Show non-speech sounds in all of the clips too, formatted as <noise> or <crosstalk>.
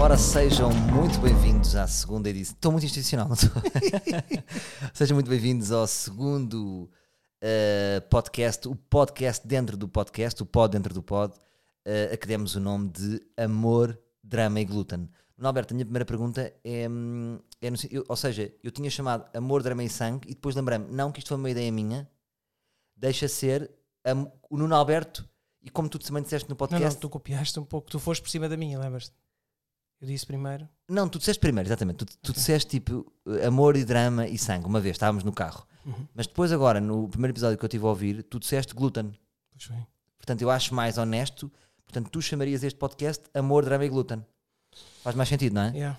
Ora, sejam muito bem-vindos à segunda edição. Estou muito institucional, não estou? <laughs> sejam muito bem-vindos ao segundo eh, podcast, o podcast dentro do podcast, o pod dentro do pod, eh, a que demos o nome de Amor, Drama e Glúten. Nuno Alberto, a minha primeira pergunta é. hum, é no se- eu- ou seja, eu tinha chamado Amor, Drama e Sangue e depois lembrei-me, não, que isto foi uma ideia minha, deixa ser am- o Nuno Alberto e como tu também disseste no Não, podcast. não, tu copiaste um pouco, tu foste por cima da minha, lembras-te? Eu disse primeiro. Não, tu disseste primeiro, exatamente. Tu, tu disseste tipo eh, amor e drama e sangue, uma vez, estávamos no carro. Uhum. Mas depois, agora, no primeiro episódio que eu estive a ouvir, tu disseste glúten. Pois bem. Portanto, eu acho mais honesto. Portanto, tu chamarias este podcast Amor, Drama e Glúten. Faz mais sentido, não é? Yeah.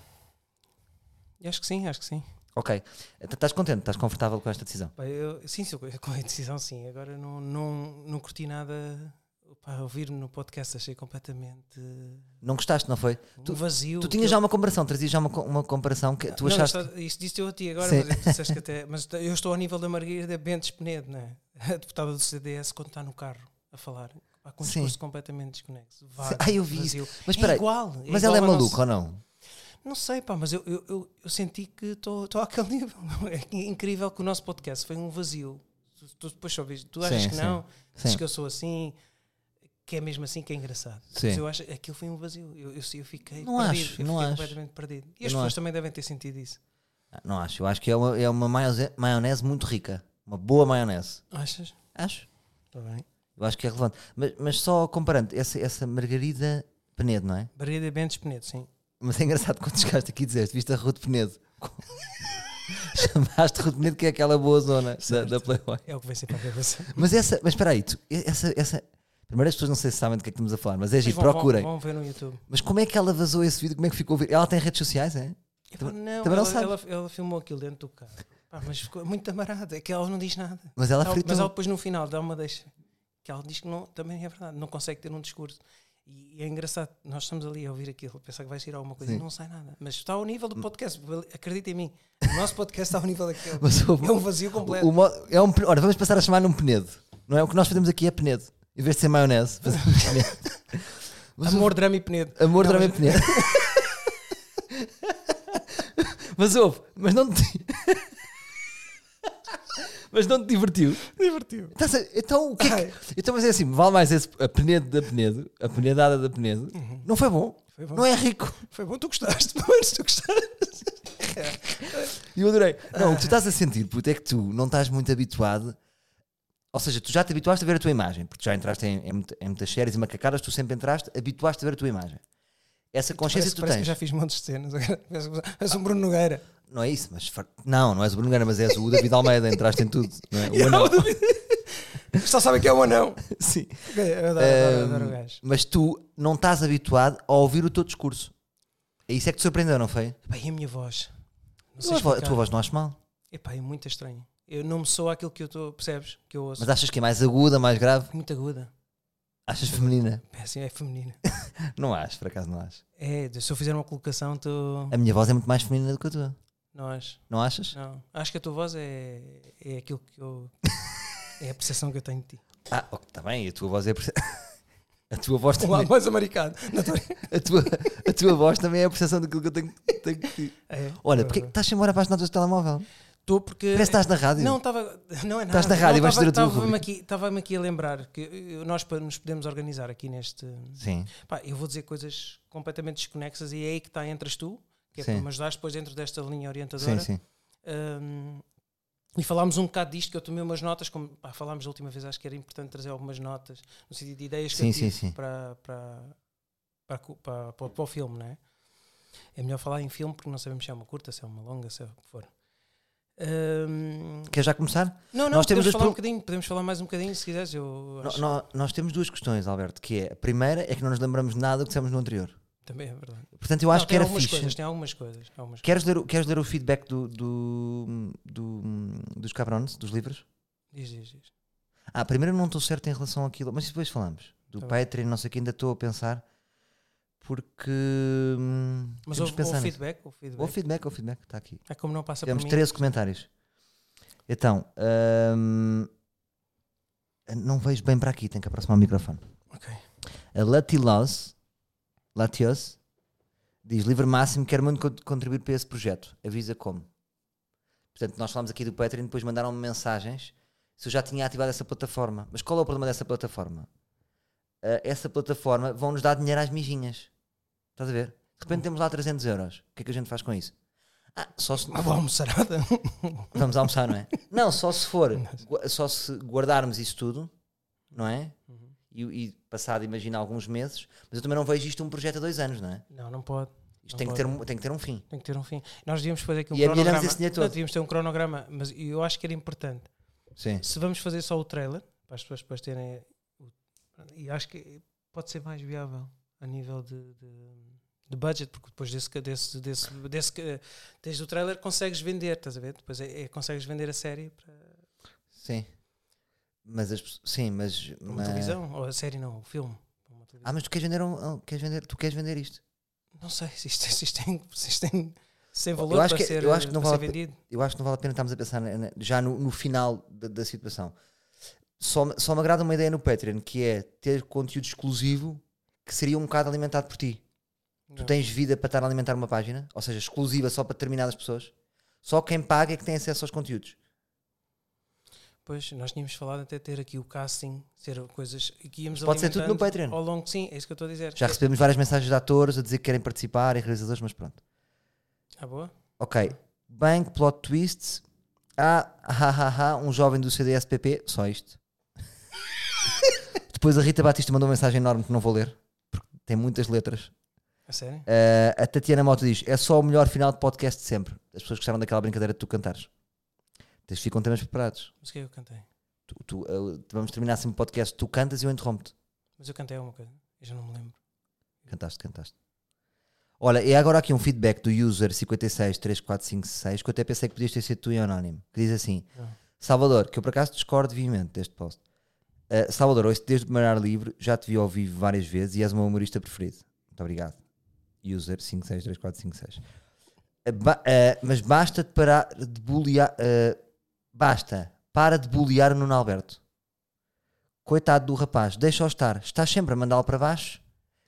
Eu Acho que sim, acho que sim. Ok. Então, Estás contente? Estás confortável com esta decisão? Pá, eu- <laughs> sim, sim, com a decisão sim. Agora não, não, não curti nada. Pá, ouvir-me no podcast achei completamente Não gostaste, não foi? Tu- um vazio. Tu tinhas já uma comparação, trazias já uma, co- uma comparação que tu Não, achaste. mas tá- isso disse eu a ti agora, Sim. mas, tu disseste que até, mas t- eu estou ao nível da Margarida Bentes Penedo, não é? A deputada do CDS, quando está no carro a falar, pá, com um Sim. discurso completamente desconexo. Vago, Ah, eu vi vazio. Mas é espera aí, igual. Mas igual ela é ao nosso- maluca ou não? Não sei, pá, mas eu, eu, eu, eu senti que estou estou àquele <laughs> nível. É incrível que o nosso podcast foi um vazio. Tu, tu depois só vês, tu achas Sim, que sim, não, achas sim. que eu sou assim, que é mesmo assim que é engraçado. Sim. Mas eu acho que aquilo foi um vazio. Eu, eu, eu fiquei Não perdido. acho, eu não fiquei acho. completamente perdido. Eu E as não pessoas acho. também devem ter sentido isso. Ah, Não acho. Eu acho que é uma, é uma maionese- maionese muito rica. Uma boa maionese. Achas? Acho. Está Tá bem. Eu acho que é relevante. Mas, mas só comparando, essa, essa Margarida Penedo, não é? Barreira Bentes Penedo, sim. Mas é engraçado quando chegaste aqui e disseste, viste a Ruth Penedo. <laughs> Chamaste Ruth Penedo, que é aquela boa zona da, da Playboy. É o que vem sempre <laughs> à cabeça. Mas essa, mas espera aí, tu, essa, essa. Primeiro as pessoas não sei se sabem do que é que estamos a falar, mas é Mas giro, vão- vão- procurem. Vão, ver no YouTube. Mas como é que ela vazou esse vídeo? Como é que ficou a ver? Ela tem redes sociais, é? Epá, não, também não ela, sabe. ela, ela filmou aquilo dentro do carro. Pá, mas ficou muito amarada. É que ela não diz nada. Mas ela Não, fritou. mas é ela depois no final dá uma deixa. Que ela diz que não, também é verdade, não consegue ter um discurso. E, e é engraçado, nós estamos ali a ouvir aquilo, pensar que vai sair alguma coisa Sim. Hum. e não sai nada. Mas está ao nível do podcast, acredita em mim. O nosso podcast está ao nível daquele. <laughs> Mas houve- É um vazio completo. O mo- é um, pe- ora, vamos passar a chamar num Penedo. Não é? O que nós fazemos aqui é Penedo. Em vez de ser maionese, fazemos <laughs> Penedo. Mas o- Amor, drama e penedo. Amor, Não, drama e mas- penedo. <laughs> mas houve, mas não te. <laughs> mas não te divertiu. Divertiu. Estás a- Então, o que é Ai. que. <laughs> Então, mas é assim, vale mais esse, a penedo da penedo, a penedada da penedo. Não foi bom. Foi bom. Não é rico. Foi bom, tu gostaste, <laughs> pelo menos tu gostaste. E eu adorei. Não, o que tu estás a sentir, puto, é que tu não estás muito habituado. Ou seja, tu já te habituaste a ver a tua imagem, porque já entraste em, em muita- em muitas séries e macacadas, tu sempre entraste, habituaste a ver a tua imagem. Essa consciência Parece, Então, que tu tens. parece que eu já fiz montes de cenas. Agora parece que És um Bruno Nogueira. Não é isso, mas far- não, não és o Bruno Guerra, mas és o David Almeida, entraste em tudo. Não <laughs> é? O anão. Só sabem que é um anão. Sim. Eu adoro, adoro, adoro o Ahm, gajo. mas tu não estás habituado a ouvir o teu discurso. É isso é que te surpreendeu, não foi? Bem, e a minha voz? Não a, vo- a explicar. tua voz não acho mal, Epá, é muito estranho. Eu não me sou aquilo que eu estou, percebes? Que eu ouço. mas achas que é mais aguda, mais grave? Muito aguda. Achas feminina? Péssimo, <laughs> é feminina. Não acho, por acaso não acho. É, se eu fizer uma colocação, tu. A minha voz é muito mais feminina do que a tua. Não acho. Não achas? Não. Acho que a tua voz é, é aquilo que eu. É a percepção que eu tenho de <laughs> ti. Ah, está bem, a tua voz é. perce- <laughs> A tua voz Um lado também, mais amaricado. Não tô- <laughs> a tua, a tua voz também é a percepção daquilo que eu tenho, tenho que te- É. Olha, porque é que estás sempre a página do teu telemóvel? Estou porque. Parece que estás na rádio. Não, estava. Não é nada. Estás na rádio, Não, vais tava- ter a tua tava-me rubrica. aqui- Estava-me aqui a lembrar que eh, nós pa- nos podemos organizar aqui neste. Sim. Pá, eu vou dizer coisas completamente desconexas e é aí que está entras tu, que é Sim. para me ajudares depois dentro desta linha orientadora. Sim, sim. Hum, e falámos um bocado disto, que eu tomei umas notas, como pá, falámos da última vez, acho que era importante trazer algumas notas, no sentido de ideias que Sim, eu sim, tive sim. Para, para, para, a cu- para, para- para o filme, não é? É melhor falar em filme porque não sabemos se é uma curta, se é uma longa, se é o que for. Hum, Queres já começar? não, não, Nós nós temos podemos dois falar pro- um bocadinho, podemos falar mais um bocadinho se quiseres. Eu No- acho- no- nós temos duas questões, Alberto, que é a primeira é que não nos lembramos de nada do que dissemos no anterior. Também é verdade. Portanto, eu Não, acho que tem era algumas fixe. coisas, tem algumas coisas. Algumas Queres ler, o- queres ler o feedback do, do- do- dos cabrones, dos livros? coisas. Diz, diz, diz. Ah, primeiro eu não estou certo em relação àquilo, mas isso depois falamos. Do Tá bem. Patreon, não sei o que, ainda estou a pensar, porque hum, Mas temos houve, que pensar houve nisso. feedback, houve feedback. Houve feedback, houve feedback, está aqui. É como não passa por Tivemos mim. 13 comentários. Então, hum, não vejo bem para aqui, tenho que aproximar o microfone. Ok. A Latilos Latios Diz Livre Máximo, quero muito cont- contribuir para esse projeto. Avisa como. Portanto, nós falámos aqui do Patreon, depois mandaram-me mensagens se eu já tinha ativado essa plataforma. Mas qual é o problema dessa plataforma? Ah, essa plataforma vão-nos dar dinheiro às mijinhas. Estás a ver? De Hum. repente temos lá 300 euros. O que é que a gente faz com isso? Ah, só se, Uma boa almoçarada. Vamos almoçar, não é? Não, só se for, gu- só se guardarmos isso tudo, não é? Uhum. E, e passado, imagina, alguns meses, mas eu também não vejo isto um projeto a dois anos, não é? <laughs> Não, não pode. Isto Não tem que, pode. ter um, tem que ter um fim. Tem que ter um fim. Nós devíamos fazer aqui um E abriremos cronograma. esse dinheiro Não, todo. devíamos ter um cronograma, mas eu acho que era importante. Sim. Se vamos fazer só o trailer, para as pessoas depois terem. o- E acho que pode ser mais viável a nível de, de, de budget, porque depois desse, desse, desse, desse, desde o trailer consegues vender, estás a ver? Depois é, é- consegues vender a série para, Sim. Mas as pessoas- Sim, mas. para uma mas- televisão, ou a série não, o filme. Para uma televisão. Ah, mas tu queres vender, um, um- queres vender, tu queres vender isto? Não sei se isto, se isto tem, se isto tem sem valor acho para, que- ser, eu acho que não para ser vale a vendido. Eu acho que não vale a pena estarmos a pensar na- na- já no, no final da, da situação. Só, me- só me agrada uma ideia no Patreon, que é ter conteúdo exclusivo que seria um bocado alimentado por ti. Tu Não. tens vida para estar a alimentar uma página, ou seja, exclusiva só para determinadas pessoas. Só quem paga é que tem acesso aos conteúdos. Pois, nós tínhamos falado até ter aqui o casting, ser coisas e que íamos Mas pode ser tudo no alimentando Patreon. Ao longo, sim, é isso que eu estou a dizer. Já recebemos várias mensagens de atores a dizer que querem participar e realizadores, mas pronto. Ah, boa? Ok. Bank, plot twists. Ah, ah, ah, ah, um jovem do CDSPP. Só isto. Depois a Rita Batista mandou uma mensagem enorme que não vou ler, porque tem muitas letras. A sério? Ah, a Tatiana Mota diz: é só o melhor final de podcast de sempre. As pessoas gostaram daquela brincadeira de tu cantares. Tens que ficar com temas preparados. Mas o que é que eu cantei? Tu, tu, ah, vamos terminar sempre o podcast. Tu cantas e eu interrompo-te. Mas eu cantei alguma coisa. Eu já não me lembro. Cantaste, cantaste. Olha, e agora aqui um feedback do user 563456 que eu até pensei que podias ter sido tu em anónimo. Que diz assim: Ah. Salvador, que eu por acaso discordo vivamente deste post. Uh, Salvador, ouço desde o primeiro ar livre, já te vi ao vivo várias vezes e és o meu humorista preferido. Muito obrigado. User 563456. Uh, ba- uh, mas basta de parar de bullyar. basta. Para de bullyar o Nuno Alberto. Coitado do rapaz, deixa-o estar. Estás sempre a mandá-lo para baixo.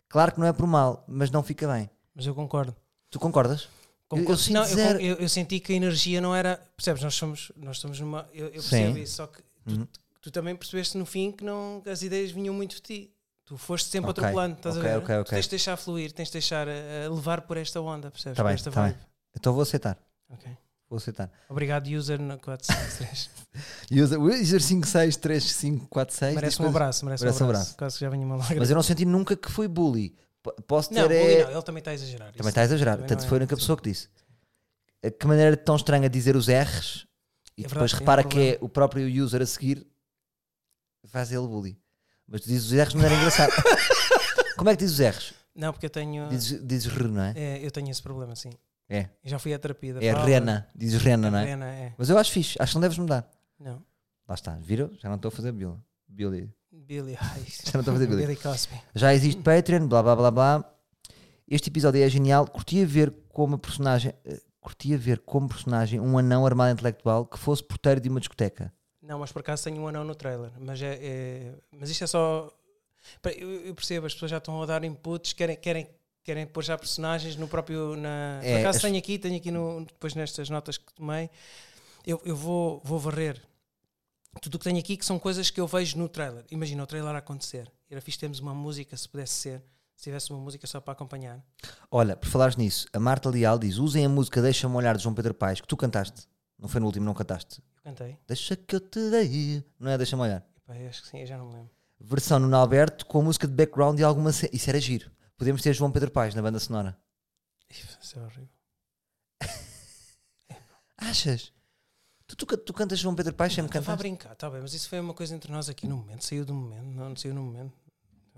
Claro que não é por mal, mas não fica bem. Mas eu concordo. Tu concordas? Concordo. eu sinto não, eu, zero- con- eu- eu senti que a energia não era. Percebes? Nós somos, nós estamos numa. Eu, eu percebo Sim. Uhum. isso, só que tu, tu também percebeste no fim que não, que as ideias vinham muito de ti. Tu foste sempre Ok, atropelando, estás ok, a ver? ok, Tu ok. tens de deixar fluir, tens de deixar eh, levar por esta onda, percebes? Tá por bem, esta tá bem. vibe. Então vou aceitar. Ok. Vou aceitar. Obrigado, user no 453. User, user 563546 diz merece um coisas- abraço, merece, merece um um abraço. abraço. Quase que já vinha uma lágrima. Mas eu não senti nunca que fui bully. P- Posso ter. não, é- Rui, não, ele também está a exagerar. Também está a exagerar. também Portanto, não é- foi a única sim. pessoa que disse. A Que maneira tão estranha dizer os R's e É depois verdade, tem um repara que é o próprio user a seguir faz ele bully. Mas tu dizes os R's de maneira <laughs> engraçada. Como é que dizes os R's? Não, porque eu tenho. Dizes, dizes R, não é? É, eu tenho esse problema, sim. É. Eu Já fui à terapia da É fala. Rena. Dizes Rena, não é? Rena, é. Mas eu acho fixe. Acho que não deves mudar. Não. Lá está. Viram? Já não estou a fazer bully. bully. Billy, ai, <laughs> Já não estou a fazer <laughs> bully. Billy Cosby. Já existe Patreon, blá blá blá blá. Este episódio é genial. Curtia ver como a personagem. eh, Curtia ver como personagem um anão armado intelectual que fosse porteiro de uma discoteca. Não, mas por acaso tenho um anão no trailer. Mas, é, é- mas isto é só. Pá, Eu, eu percebo, as pessoas já estão a dar inputs, querem, querem, querem pôr já personagens no próprio. Na... É, por acaso as- tenho aqui, tenho aqui no, depois nestas notas que tomei. Eu, eu vou, vou varrer tudo o que tenho aqui, que são coisas que eu vejo no trailer. Imagina o trailer a acontecer. Era fixe termos uma música, se pudesse ser. Se tivesse uma música só para acompanhar. Olha, por falares nisso, a Marta Leal diz: usem a música Deixa-me Olhar de João Pedro Paes, que tu cantaste. Não foi no último, não cantaste. Eu cantei. Deixa que eu te dei. Não é Deixa-me Olhar. Epá, eu acho que sim, eu já não me lembro. Versão Nuno Alberto com a música de background e alguma. ce- Isso era giro. Podemos ter João Pedro Paes na banda sonora. Isso é horrível. Achas? Tu, tu, ca- tu cantas João Pedro Paes sempre Estava a cantaste? brincar, está bem, mas isso foi uma coisa entre nós aqui no momento. Saiu do momento, não, não saiu no momento.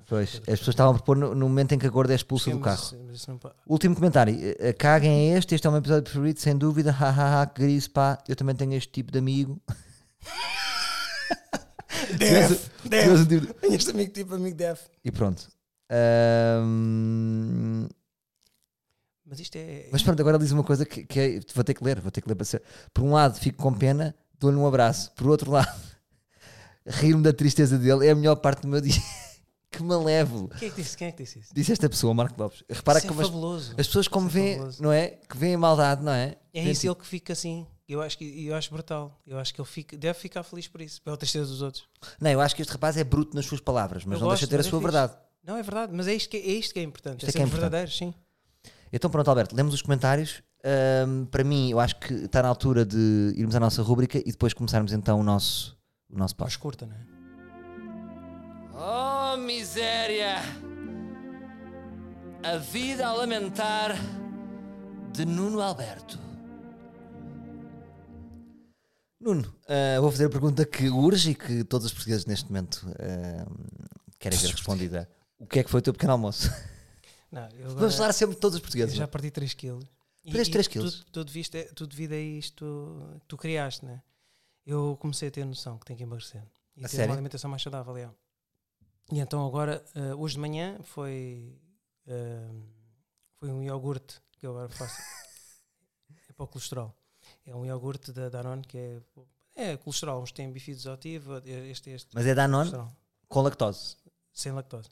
Pois, as pessoas estavam a propor no, no momento em que a gorda é expulsa Sim, do mas carro. isso- mas isso não pode- Último comentário. Eh, eh, Caguem a este, este é o meu episódio preferido, sem dúvida. Hahaha, que gris, pá. Eu também tenho este tipo de amigo. Def, <laughs> Def. um tipo de- Tenho este amigo tipo amigo Def. E pronto. Ahm, Mas isto é. mas pronto, agora diz uma coisa que, que é- vou ter que ler, vou ter que ler para ser. Por um lado, fico com pena, dou-lhe <laughs> um abraço. Por outro lado, rir-me da tristeza dele é a melhor parte do meu dia. <laughs> Que malévolo. Quem é que disse, quem é que disse isso? Disse esta pessoa, Marco Lopes. Repara isso é como as, fabuloso. as pessoas como Isso é veem, fabuloso. não é? Que veem a maldade, não é? É Vêem isso tipo, ele que fica assim. Eu acho, que, eu acho brutal. Eu acho que ele fica, deve ficar feliz por isso, pela tristeza dos outros. Não, eu acho que este rapaz é bruto nas suas palavras, mas Eu não deixa gosto, de ter a mas é sua fixe. verdade. Não, é verdade, mas é isto que é, isto que é Isto importante. é, é que é sempre importante. verdadeiro, sim. Então pronto, Alberto, lemos os comentários. Ahm, para mim, eu acho que está na altura de irmos à nossa rúbrica e depois começarmos então o nosso, o nosso Pá, papo. curta, não é? Oh, miséria! A vida a lamentar de Nuno Alberto. Nuno, ah, vou fazer a pergunta que urge e que todos os portugueses neste momento ah, querem ver respondida. O que é que foi o teu pequeno almoço? Não, eu agora- Vamos falar sempre de todos os eu portugueses. já não perdi 3 quilos. E- Perdeste e três quilos? Tudo, tudo, visto, é- tudo devido a isto que tu criaste, né? Eu comecei a ter noção que tenho que emagrecer. E A ter sério? uma alimentação mais saudável, é. E então agora, eh, hoje de manhã, foi, eh, foi um iogurte que eu agora <laughs> faço. é para o colesterol. É um iogurte da Danone que é... É, colesterol. Uns têm bifidos ativo, este, este. Mas é Danone colesterol. com lactose, sem lactose.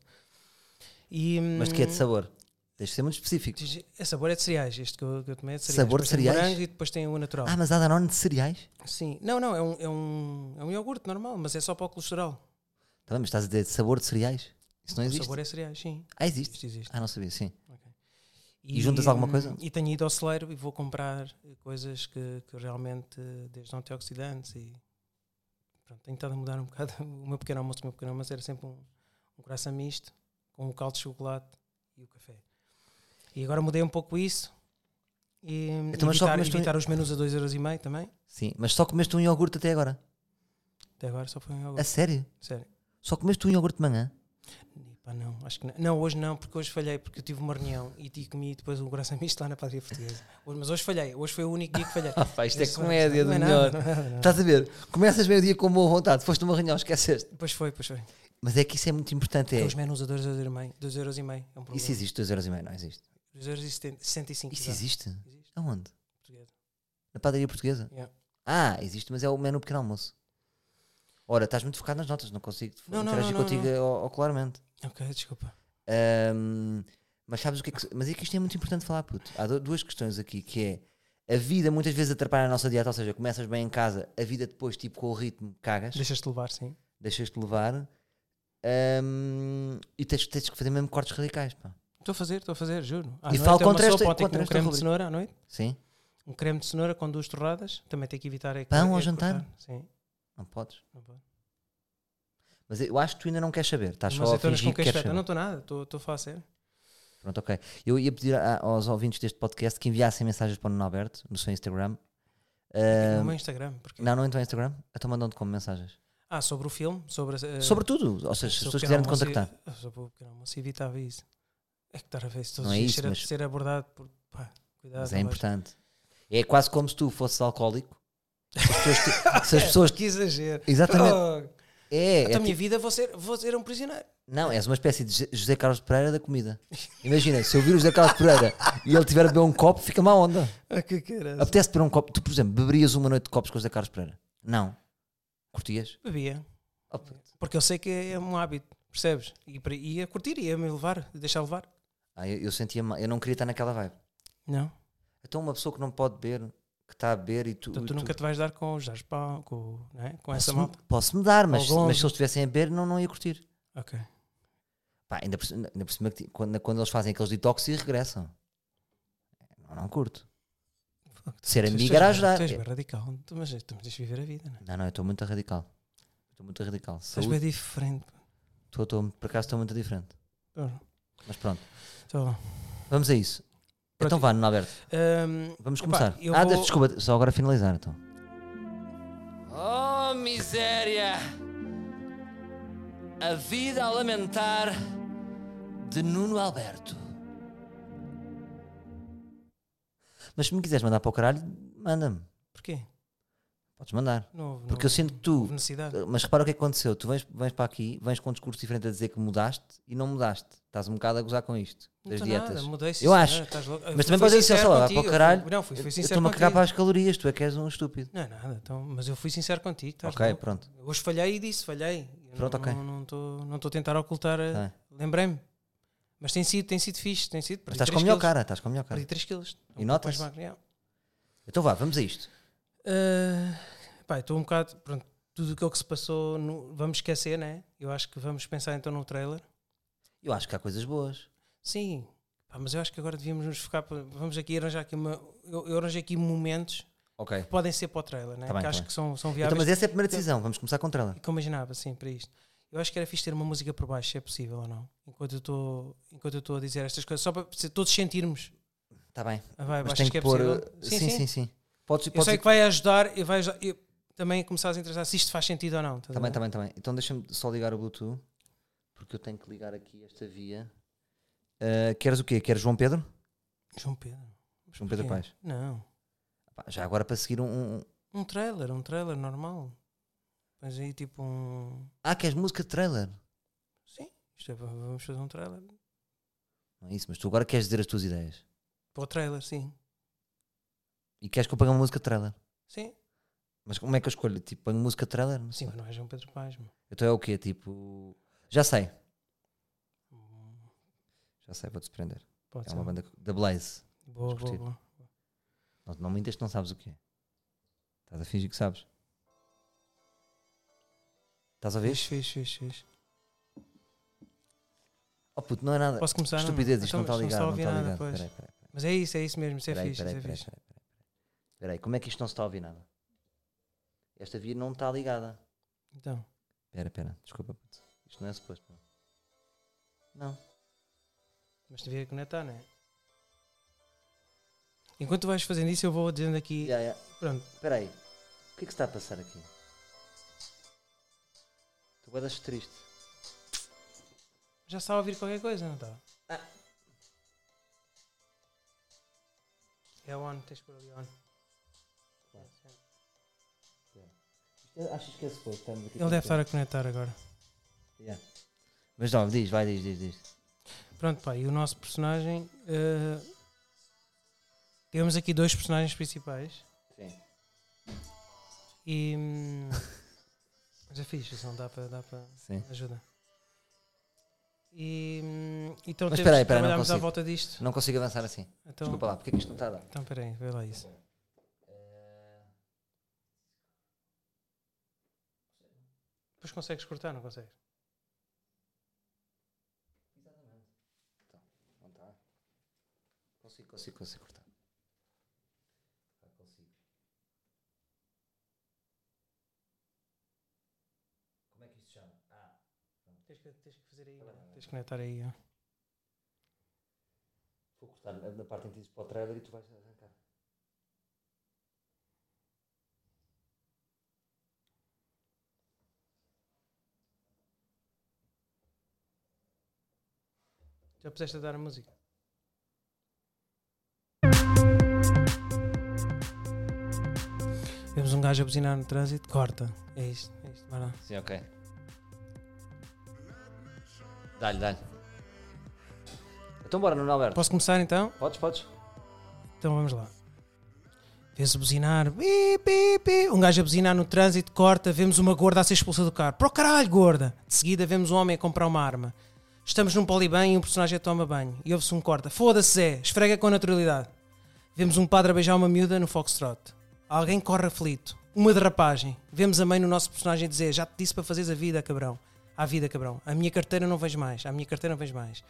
E, hum, mas de que é de sabor? Deixa de ser muito específico. sabor? É sabor é de cereais, este que eu, que eu tomei é de cereais. Sabor de Depois tem cereais? morango e depois tem o natural. Ah, mas há Danone de cereais? Sim. Não, não, é um, é, um, é um iogurte normal, mas é só para o colesterol. Tá bem, mas estás a dizer de sabor de cereais? Isso não O existe? sabor é cereais, sim. Ah, existe? Isto existe. Ah, não sabia, sim. E juntas alguma coisa? E tenho ido ao celeiro e vou comprar coisas que, que realmente, desde antioxidantes e... Pronto, tenho estado a mudar um bocado <laughs> o meu pequeno almoço. O meu pequeno almoço era sempre um, um coração misto, com o caldo de chocolate e o café. E agora mudei um pouco isso. E Então, mas só evitar, comeste um- evitar os menus a 2,5€ também. Sim, mas só comeste um iogurte até agora. Até agora só foi um A iogurte, sério? sério. Só comeste um iogurte de manhã? E pá, não, acho que não. Não, hoje não, porque hoje falhei, porque eu tive uma reunião e, e comi depois um coração <laughs> misto lá na padaria portuguesa. Hoje- Mas hoje falhei, hoje foi o único dia que <laughs> falhei. pá, Ah, isto Essa- não é nada, não é nada, não é nada. Estás a ver? Começas meio-dia com boa vontade, foste numa reunião, esqueceste. Pois foi, pois foi. Mas é que isso é muito importante. É. Porque Os menus a 2,5€. 2,5€. É um problema. Isso existe, 2,5€, não existe? 2,65€. Isso existe? Existe. Aonde? português. Na padaria portuguesa? Yeah. Ah, existe, mas é o menu pequeno almoço. Ora, estás muito focado nas notas, não consigo Não, não, interagir não, não, contigo o- ocularmente. Ok, desculpa. Ahm, mas sabes o que é que. Mas é que isto é muito importante falar, puto. Há du- duas questões aqui, que é a vida muitas vezes atrapalha a nossa dieta, ou seja, começas bem em casa, a vida depois, tipo, com o ritmo, cagas, Deixas-te levar, sim. deixas-te levar ahm, e tens, tens que fazer mesmo cortes radicais, pá. Estou a fazer, estou a fazer, juro. À E noite falo é uma contra esta- sopa, ontem contra comi um esta creme de rubrica. cenoura à noite. Sim? Um creme de cenoura com duas torradas. Também tem que evitar. É, Pão é ao jantar? cortar. Sim. Não podes. Não pode. Mas eu acho que tu ainda não queres saber, estás Umas só a azeitonas fingir com que queres saber. queijo feta. então Não estou nada, estou estou a falar a sério. Pronto, ok. Eu ia pedir a- aos ouvintes deste podcast que enviassem mensagens para o Nuno Alberto no seu Instagram. Ahm, No é meu Instagram. Porque... não, não entrou no Instagram? Então mandam-te como mensagens. Ah, sobre o filme? Sobre, a- Sobre tudo, ou seja, se as Sobre o pessoas quiserem pequeno te almoço, contactar. eu- Sobre o pequeno almoço, evitava isso. É que estar a ver se todos Não os é dias isso, ser, mas- ser abordado por. Pá, cuidado. Mas não é vais- importante. É quase como se tu fosses alcoólico. Se as pessoas. <laughs> te- se as pessoas te- <laughs> Que exagero. Exatamente. Oh, É, é então, a ti- minha vida, vou ser, vou ser um prisioneiro. Não, és uma espécie de Je- José Carlos Pereira da comida. Imagina, se eu vir o José Carlos Pereira e ele tiver a beber um copo, fica má onda. Ah, que caralho. Apetece beber um copo. Tu, por exemplo, beberias uma noite de copos com o José Carlos Pereira? Não. Curtias? Bebia. Oh, puto. Porque eu sei que é um hábito, percebes? E para- ia curtir, ia me levar, deixar levar. Ah, eu, eu sentia mal. Eu não queria estar naquela vibe. Não. Então, uma pessoa que não pode beber, que está a beber e tu. Então, e tu tu- nunca te vais dar com os Jaspão, com, não é? com essa Posso-me malta. posso dar, mas, Ao longo. mas se eles estivessem a beber, não, não ia curtir. Ok. Pá, ainda por, cima- ainda por cima que ti- quando, quando eles fazem aqueles detox e regressam. Não, não curto. Ser Tu- tu amigo és era bem- ajudar. Tu és bem radical, Tu- mas tu me deixas viver a vida, não é? Não, não, eu estou muito radical. Estou muito radical. Tu és bem Saúde, diferente. estou, estou, por acaso estou muito diferente. Pronto. Mas pronto, Então, vamos a isso. Pronto. Então vá, Nuno Alberto, hum, vamos epá, começar. eu ah, vou- des- desculpa, só agora finalizar então. Oh, miséria! A vida a lamentar de Nuno Alberto. Mas se me quiseres mandar para o caralho, manda-me. Porquê? Podes mandar. Não houve, Porque não- eu sinto que não tu. houve necessidade. Mas repara o que é que aconteceu. Tu vens, vens para aqui, vens com um discurso diferente a dizer que mudaste e não mudaste. Estás um bocado a gozar com isto, Não das estou dietas. Nada, mudei, sim, Eu senhora, acho. estás louco. Mas Eu fui também podes dizer sincero só lá, para contigo, o eu caralho. fui- Não, fui, fui Eu sincero estou-me a cagar contigo. para as calorias, tu é que és um estúpido. Não, nada, então, mas eu fui sincero contigo. estás ok, louco. pronto. Hoje falhei e disse, falhei. Eu Pronto, não, ok. Não estou não tô a tentar ocultar. a- Tá bem. Lembrei-me. Mas tem sido, tem sido fixe, tem sido. Mas perdi estás com a três melhor quilos. cara, estás com a melhor cara. Perdi 3 quilos. E notas? Então vá, vamos a isto. Estou um bocado. Pronto, tudo aquilo que se passou, no- vamos esquecer, né? Eu acho que vamos pensar então no trailer. Eu acho que há coisas boas. Sim, pá, mas eu acho que agora devíamos nos focar. para- Vamos aqui arranjar aqui uma. Eu, eu arranjei aqui momentos Ok. que podem ser para o trailer, né? Tá bem, que tá acho bem. que são, são viáveis. Então, mas essa é a primeira decisão, vamos começar com o trailer. que eu imaginava, assim, para isto. Eu acho que era fixe ter uma música por baixo, se é possível ou não. Enquanto eu estou enquanto eu estou a dizer estas coisas, só para se todos sentirmos Está bem. a vibe, Mas achas tem Tá que que é pôr. possível. uh, Sim, sim, sim. Podes, Eu podes sei que vai ajudar, e vai ajudar eu também começar a interessar se isto faz sentido ou não. estás a Também, ver? também, também. Então deixa-me só ligar o Bluetooth, porque eu tenho que ligar aqui esta via. Ah, queres o quê? Queres João Pedro? João Pedro. João Pedro Porquê? Paes. Não. Pá, Já agora para seguir um, um- Um trailer, um trailer normal. Mas aí tipo um. Ah, queres música de trailer? Sim, isto é, vamos fazer um trailer. Não é isso, mas tu agora queres dizer as tuas ideias. Para o trailer, sim. E queres que eu pague uma música de trailer? Sim. Mas como é que eu escolho? Tipo, ponho música de trailer? Não Sim, sei. mas não é João Pedro Paes. meu. Então é o quê? Tipo. Já sei. Já sei, vou-te surpreender. Pode É ser. uma banda que- da Blaze. Boa, boa, curtir. boa. Não, não mintas que não sabes o que é. Estás a fingir que sabes. Estás a ver? Fixe, fixe, fixe, fixe. Oh puto, não é nada. Posso começar? Estupidez, isto Então, não está ligado. isto não está a Não ouvir está nada, ligado. pois. Peraí, peraí. Mas é isso, é isso mesmo, isso é Peraí, fixe, peraí, isso é peraí, fixe. peraí, peraí. Peraí, como é que isto não se está a ouvir nada? Esta via não está ligada. Então, Pera, pera, desculpa. puto. Isto não é suposto. não. Não. mas devia conectar, não é? Enquanto tu vais fazendo isso, eu vou dizendo aqui. Ya, ya. Pronto, Espera aí. O que é que se está a passar aqui? Tu guardas triste. já está a ouvir qualquer coisa, não está? Ah. É on, tens por ali on. Achas que é suposto? Estamos aqui Ele deve estar a conectar agora. Mas não, diz, vai, diz, diz, diz. Pronto, pá, e o nosso personagem. eh, Temos aqui dois personagens principais Sim. e. hum, Mas é fixe, isso não dá para. Dá para... Sim. Ajuda. E hum, então Mas temos espera aí, espera aí, que não trabalharmos à consigo. volta disto. Não consigo avançar assim. Então, Desculpa lá, porque é que isto não está a dar? então espera aí, vê lá isso. eh, Depois consegues cortar, não consegues? Não tá. Consigo, consigo, consigo cortar. Tá, consigo. Como é que isto se chama? Ah, Tens que, fazer aí, tens que conectar aí. ó. vou cortar na na parte em que dizes para o trailer e tu vais arrancar. Já puseste a dar a música? Vemos um gajo a buzinar no trânsito, corta. É isto, é isto, vai lá. Sim, ok. Dá-lhe, dá-lhe. Então bora, Nuno Alberto. Posso começar então? Podes, podes. Então vamos lá. Vê-se buzinar. Pi, pi, pi. Um gajo a buzinar no trânsito, corta. Vemos uma gorda a ser expulsa do carro. Pro caralho, gorda! De seguida vemos um homem a comprar uma arma. Estamos num polibanho e um personagem toma banho. E ouve-se um corta. Foda-se, Zé! Esfrega com naturalidade. Vemos um padre a beijar uma miúda no foxtrot. Alguém corre aflito. Uma derrapagem. Vemos a mãe no nosso personagem dizer: Já te disse para fazeres a vida, cabrão. À vida, cabrão. A minha carteira não vejo mais. A minha carteira não vejo mais.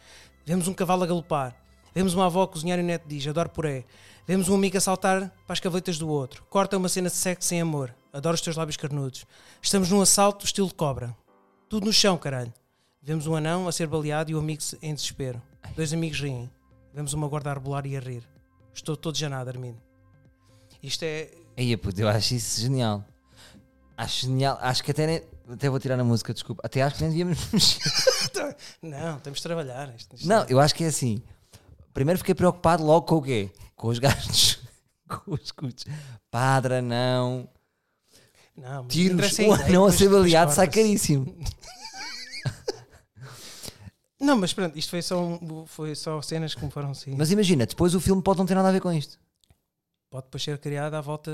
Vemos um cavalo a galopar. Vemos uma avó a cozinhar e o neto diz: Adoro puré. Vemos um amigo a saltar para as cavaletas do outro. Corta uma cena de sexo sem amor. Adoro os teus lábios carnudos. Estamos num assalto estilo de cobra. Tudo no chão, caralho. Vemos um anão a ser baleado e o amigo se- em desespero. Dois amigos riem. Vemos uma guarda a rebolar e a rir. Estou todo janado, Armin. Isto é. Aí, puto, eu acho isso genial. Acho genial. Acho que até nem... Até vou tirar a música, desculpa. Até acho que nem devíamos <laughs> mexer. Não, temos de trabalhar. Isto, isto- Não, eu acho que é assim. Primeiro fiquei preocupado logo com o quê? Com os gastos. <laughs> com os custos. Padra, não. não mas Tiros, interessa um anão a ideia, depois- ser depois baleado sai corta-se. caríssimo. Não, mas pronto, isto foi só, um- foi só cenas que me foram assim. Mas imagina, depois o filme pode não ter nada a ver com isto. Pode depois ser criada à volta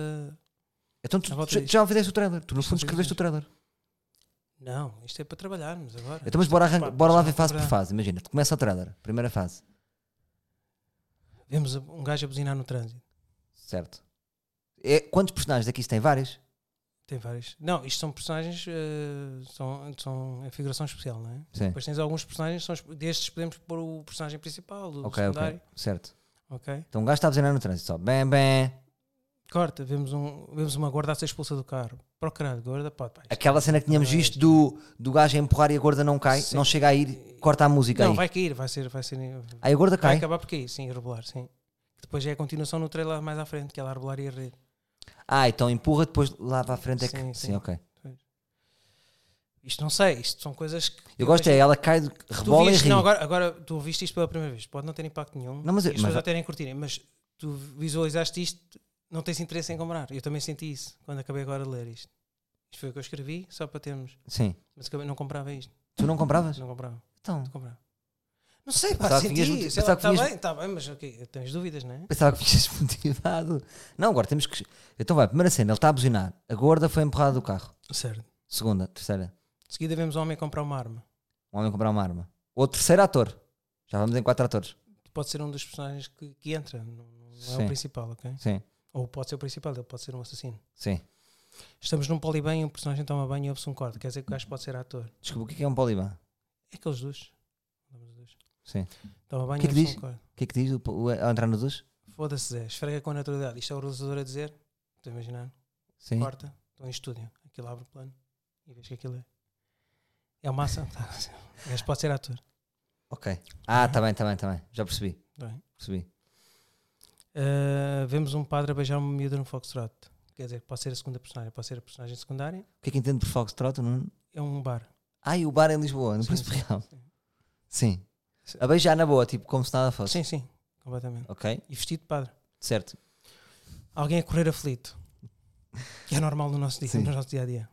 Então tu, À volta tu já- disto. já fizeste o trailer. Tu no fundo Sim, escreveste o trailer. Não, isto é para trabalharmos agora. Então, mas bora, arranca- é, Pá, bora lá ver vamos fase por procurar. fase. Imagina, tu começa o trailer, primeira fase, Vemos a- um gajo a buzinar no trânsito. certo? É, quantos personagens aqui isto tem? Vários? Tem vários. Não, isto são personagens, eh, são, são a figuração especial, não é? Sim. Depois tens alguns personagens, são, os- destes podemos pôr o personagem principal, o Ok, ok. secundário. Certo. Ok. Então, um gajo está a buzinar no trânsito só. Bem, bem. Corta, vemos, um, vemos uma guarda a ser expulsa do carro. Para o caralho, guarda, pá, pá. isto- Aquela cena que tínhamos Não é visto do, do gajo a empurrar e a gorda não cai, Sim. não chega a ir, corta a música Não, aí. vai cair, vai ser. Vai, ser, Aí a gorda vai cai. acabar por cair, sim, irregular, sim. Depois é a continuação no trailer mais à frente, que ela arbolar e a rede. Ah, então empurra, depois lá para a frente é que. Sim, Sim, sim. ok. Isto não sei, isto são coisas que. Eu gosto é ela cai, do- Tu rebola e viste, ri. não, agora, agora tu ouviste isto pela primeira vez, pode não ter impacto nenhum Não, mas e eu- as mas- pessoas até nem curtirem, mas tu visualizaste isto, não tens interesse em comprar. Eu também senti isso quando acabei agora de ler isto. Isto foi o que eu escrevi, só para termos. Sim. Mas acabei, não comprava isto, Tu não compravas? não comprava, Então. não comprava. Não sei, pá, Pensava que tinhas- senti. Está pensava que tinhas- bem, está bem, mas ok, tens dúvidas, não é? Pensava que tinhas <laughs> motivado. Não, agora temos que. Então vai, primeira cena, ele está a buzinar. A gorda foi empurrada do carro. Certo. Segunda, terceira. De seguida vemos um homem comprar uma arma. Um homem comprar uma arma. O terceiro ator. Já vamos em quatro atores. Pode ser um dos personagens que, que entra, não, não é Sim. o principal, ok? Sim, Ou pode ser o principal, ele pode ser um assassino. sim. Estamos num polibem e um personagem toma banho e ouve-se um corte, quer dizer que o gajo pode ser ator. Desculpa, o que é que é um poliban? É aqueles dois. Vamos dois. Sim. Toma banho Que que e ouve-se diz? um corte. O que é que diz o, o, ao entrar no duche? Foda-se, Zé. Esfrega com naturalidade. Isto é o realizador a dizer. Estou a imaginar. Sim. Corta. Estou em estúdio. Aquilo abre o plano e vês que aquilo é. É uma ação. Tá. O gajo pode ser ator. Ok. Ah, tá bem, tá bem, tá bem. Já percebi. Tá bem. Percebi. Ah, vemos um padre a beijar uma miúda no Foxtrot. Quer dizer, pode ser a segunda personagem. Pode ser a personagem secundária. O que é que entende por Foxtrot? Não... É um bar. Ah, e o bar em Lisboa, no Sim, Príncipe sim, Real. sim. Sim. Sim. A beijar na boa, tipo, como se nada fosse. Sim, sim. Completamente. Ok, E vestido de padre. certo. Alguém a correr aflito. Que é normal no nosso dia, Sim. no nosso dia a dia.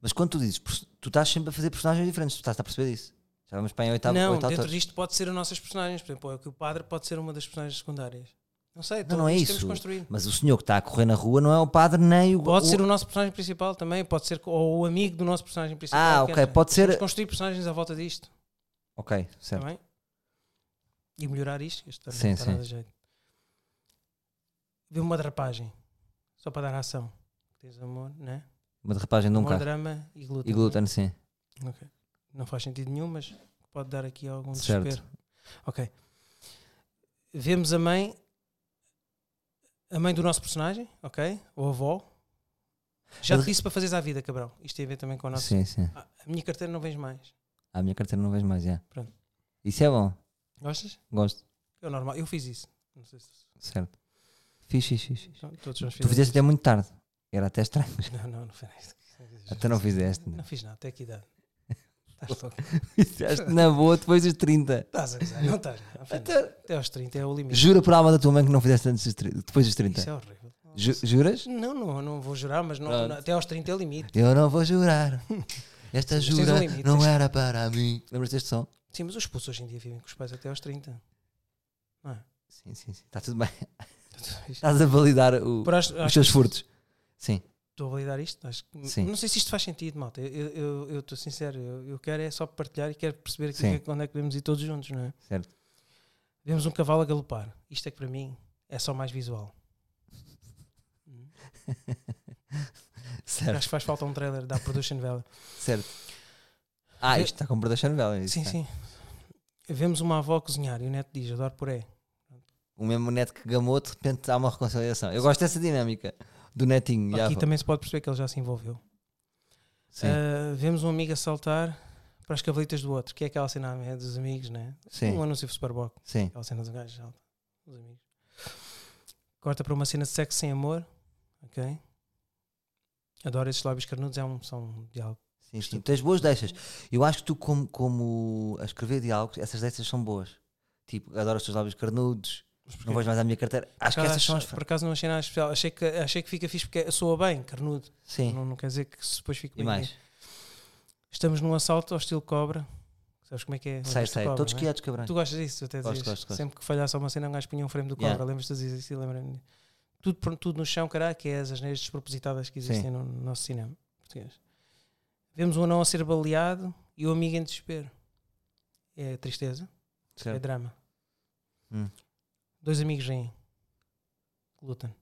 Mas quando tu dizes, pers- tu estás sempre a fazer personagens diferentes, tu estás a perceber isso. Já vamos para em oitavo, não, oito dentro atores. disto pode ser as nossas personagens. Por exemplo, é que o padre pode ser uma das personagens secundárias. Não sei, Não, tudo não é isto isso. Temos construído. Mas o senhor que está a correr na rua não é o padre nem o. Pode o- ser um o nosso personagem principal também, pode ser co- ou o amigo do nosso personagem principal. Ah, que ok, entra. pode Temos ser. de construir personagens à volta disto Ok, certo. também. E melhorar isto. Isto também Sim, não está sim. nada de jeito. Vê uma drapagem, só para dar ação. Tens amor, né? Uma derrapagem de um amor, carro. drama e glúten. E glúten, sim. Não faz sentido nenhum, mas pode dar aqui algum Certo. desespero. Ok. Vemos a mãe, a mãe do nosso personagem, ok? Ou a avó. Já Eu- te disse para fazeres à vida, cabrão. Isto tem a ver também com a nossa. Sim, sim. Ah, a minha carteira não vens mais. A minha carteira não vejo mais, já. Pronto. Isso é bom. Gostas? Gosto. É normal. Eu fiz isso. Não sei se. Certo. Fiz, fiz, fiz. fiz. não, Todos nós Tu fizemos. fizeste até muito tarde. Era até estranho. Não, não, não fiz nada. Até não fizeste. Não fiz nada, até que idade. Estás louco. <laughs> Fizeste na boa depois dos 30. Estás a gozar, não estás. não. Afinal, Até- Até aos 30 é o limite. Jura por alma da tua mãe que não fizeste antes dos 30, depois dos 30. Isso é horrível. Ju- juras? Não, não, não vou jurar, mas não- Pronto. não- até aos 30 é o limite. Eu não vou <laughs> jurar. Esta Mas tens jura um limite, não tens- era para mim. Lembras deste som? Sim, mas os putos hoje em dia vivem com os pais até aos 30. Sim, sim, sim. Está tudo bem. <laughs> Estás a validar o- Por acho, os acho teus que furtos. Sim. Estou a validar isto. Acho que- Sim. Não sei se isto faz sentido, malta. Eu estou eu, eu estou sincero, eu, eu quero é só partilhar e quero perceber que, Sim. é- onde é que podemos ir todos juntos, não é? Certo. Vemos um cavalo a galopar. Isto é que para mim é só mais visual. Certo, <laughs> Acho que faz falta um trailer da Production Vela. certo. Ah, isto está com production value. isto Sim, está. sim. Vemos uma avó cozinhar e o neto diz: adoro puré. O mesmo neto que gamou, de repente há uma reconciliação. Eu gosto dessa dinâmica do netinho. e a Aqui avó. também se pode perceber que ele já se envolveu. Sim, Ah, vemos um amigo a saltar para as cavalitas do outro, que é aquela cena é dos amigos, né? sim, Um anúncio do Superboc, sim. aquela cena dos gajos, salta, os amigos. Corta para uma cena de sexo sem amor, ok? Adoro esses lábios carnudos, é um, são um diálogo. sim, sim. Tens boas deixas. Eu acho que tu, como, como a escrever diálogos, essas deixas são boas. Tipo, adoro os teus lábios carnudos, Mas porquê? não vais mais à minha carteira. Acho que Por acaso essas são as. acho- Por acaso não achei nada especial, achei que, achei que fica fixe porque soa bem, carnudo. Sim, Não, não quer dizer é que se depois fique e bem. mais. Estamos num assalto ao estilo cobra. Sabes como é que é? Sei, Lembras-te do sei. Cobra, Todos não é? quietos, cabrão. Tu gostas disso, até Gosto, dizes. gosto, gosto. Sempre que falhasse uma cena, um gajo punha um frame do cobra. Yeah. Lembras-te de dizer isso? Lembra-me. Tudo, por- tudo no chão, caralho, que é as asneiras despropositadas que existem no nosso cinema português. Vemos um anão a ser baleado e o amigo em desespero. É tristeza, é Certo. drama. Hum. Dois amigos riem. Lutam.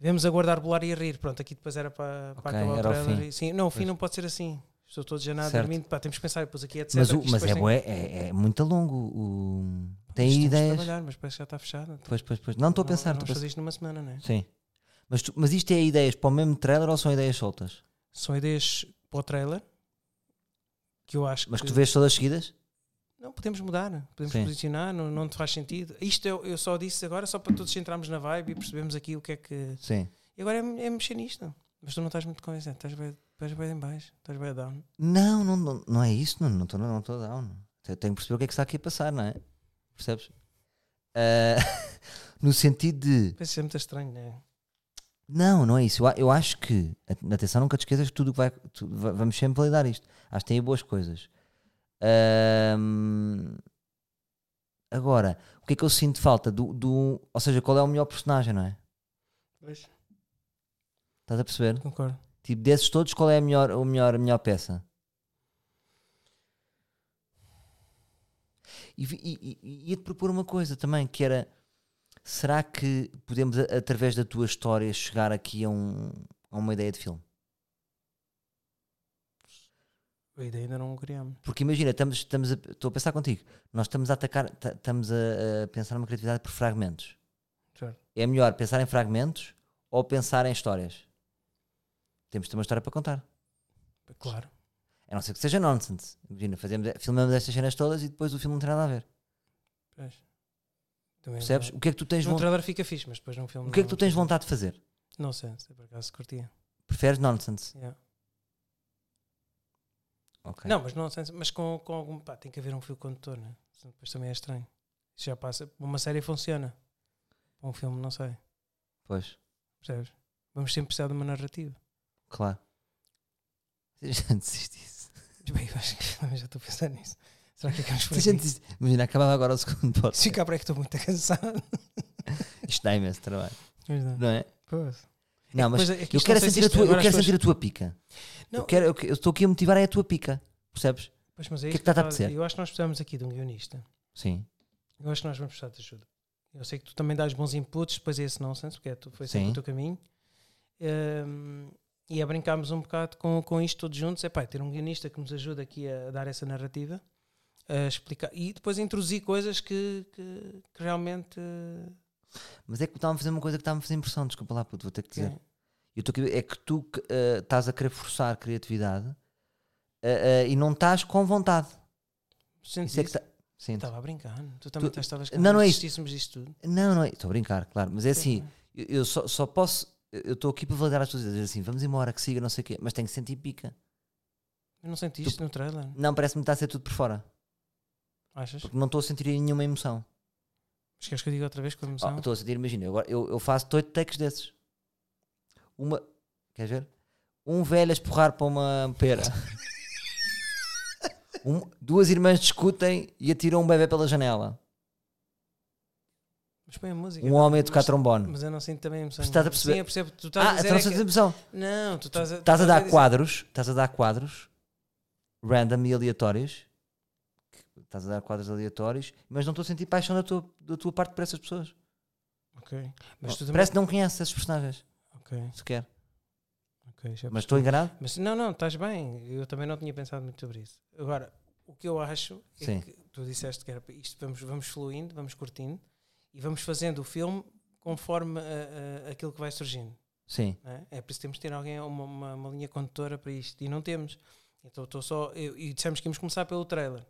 Vemos a guardar bolar e a rir. Pronto, aqui depois era para, para Ok, acabar era o o trailer. fim. E- Sim, não, o fim Pois. não pode ser assim. Estou todo janado Certo. dormindo. Pá, temos que pensar, depois aqui etc. Mas, o- que isto mas depois é, tem- bué- é, é muito longo. O... Tem isto aí temos de ideias. trabalhar, mas parece que já está fechado. então Pois, pois, pois. Não estou a Não- pensar. Vamos estou a fazer isto numa semana, não é? pensar. Sim. Mas, tu- mas isto é ideias para o mesmo trailer ou são ideias soltas? São ideias para o trailer que eu acho Mas que que. tu vês todas seguidas? Não, podemos mudar, podemos Sim. posicionar, não, não te faz sentido. Isto eu, eu só disse agora, só para todos entrarmos na vibe e percebemos aqui o que é que. Sim. E agora é, é mexer nisto. Mas tu não estás muito convencido, estás bem, estás bem em baixo, estás bem down. Não, não, não, não é isso, Nuno, não estou não estou down. Eu tenho que perceber o que é que está aqui a passar, não é? Percebes? Ah, <laughs> no sentido de. Parece ser muito estranho, não é? Não, não é isso. Eu, a- eu acho que. at- Atenção, nunca te esqueças que tudo o que vai. tu- va- vamos sempre validar isto. Acho que tem aí boas coisas. Ahm, agora, o que é que eu sinto falta? Do, do, ou seja, qual é o melhor personagem, não é? Pois, Estás a perceber? concordo. Tipo, desses todos, qual é a melhor, o melhor, a melhor peça? E, vi- e- e- e ia-te propor uma coisa também, que era... Será que podemos, a- através da tua história, chegar aqui a, um- a uma ideia de filme? A ideia ainda não criámos. Porque imagina, estamos, estamos a, estou a pensar contigo, nós estamos a atacar, ta- estamos a, a pensar numa criatividade por fragmentos. Certo. É melhor pensar em fragmentos ou pensar em histórias? Temos de ter uma história para contar. Claro. A não ser que seja nonsense. Imagina, fazemos, filmamos estas cenas todas e depois o filme não tem nada a ver. Pois. Também é Percebes? verdade. O que é que tu tens, Num vontade, trailer fica fixe, mas depois num filme. o que é que não- tu tens vontade de fazer? Não sei, se é por acaso curtia. Preferes nonsense? Yeah. Ok. Não, mas não sei, mas com, com algum. Pá, tem que haver um fio condutor, né? Senão Depois também é estranho. Isso já passa. Uma série funciona. Para Um filme, não sei. Pois, Percebes? Vamos sempre precisar de uma narrativa. <laughs> claro. <laughs> Você já desiste disso. Mas, Bem, eu acho que <laughs> também já estou a pensar nisso. Será que ficamos por Você já aqui? desiste. Imagina, acabava agora o segundo <laughs> Se podcast. ficar por aí que estou muito <laughs> cansado. Isto dá imenso trabalho. Mas não. Não é? Pois. Não, mas Pois é, é que eu isto quero, não sei se sentir a, isto tua, eu agora as quero pessoas- sentir a tua pica. Não, eu, quero, eu, que- eu estou aqui a motivar é a tua pica. Percebes? pois, mas é o que é isto que está a eu estava dizer. acontecer? Eu acho que nós precisamos aqui de um guionista. Sim. Eu acho que nós vamos precisar de ajuda. Eu sei que tu também dás bons inputs, depois é esse nonsense, porque é tu, foi sempre Sim. o teu caminho. Ehm, e a brincarmos um bocado com, com isto todos juntos. É pá, ter um guionista que nos ajuda aqui a dar essa narrativa, a explicar e depois introduzir coisas que, que, que realmente. eh, Mas é que estava a fazer uma coisa que estava a fazer impressão. Desculpa lá, puto, vou ter que dizer. que- Eu tô, é que tu que, eh, estás a querer forçar a criatividade eh, eh, e não estás com vontade. sentes Isso é que isso? tá- Sim. Estava a brincar. Tu também Tu- estás- estavas Não, não é isso. desistíssemos disto tudo. Não, não, estou a brincar, claro. Mas é assim, eu, eu só, só posso. Eu estou aqui para validar as tuas ideias. Assim, vamos embora, que siga, não sei o quê. Mas tenho que sentir pica. Eu não senti isto no trailer. Não, parece-me que está a ser tudo por fora. Achas? Porque não estou a sentir nenhuma emoção. Mas queres que eu diga outra vez com Oh, emoção? Estou a sentir, imagina, eu, agora- eu, eu faço oito takes desses. Uma. Queres ver? Um velho a espurrar para uma <laughs> pera. Um- duas irmãs discutem e atiram um bebê pela janela. Mas põe a música. Um homem a tocar Mas- trombone. Mas eu não sinto também a emoção. Estás a perceber? Sim, eu percebo. Tu estás Ah, a dizer então não é que- sentes emoção. Não, tu estás a, Estás a dar dizer- quadros, estás a dar quadros random e aleatórios. que- Estás a dar quadros aleatórios, mas não estou a sentir paixão da tua, da tua parte por essas pessoas. Ok. Mas tu também. Parece que não conheces esses personagens, Ok, sequer. ok, já Mas percebi. estou enganado? Mas não, não, estás bem. Eu também não tinha pensado muito sobre isso. Agora, o que eu acho é Sim. que tu disseste que era para isto, vamos, vamos fluindo, vamos curtindo e vamos fazendo o filme conforme a- a- aquilo que vai surgindo. Sim. não é? É por isso que temos de ter alguém, uma, uma, uma linha condutora para isto. E não temos. Então estou só. eu- e dissemos que íamos começar pelo trailer.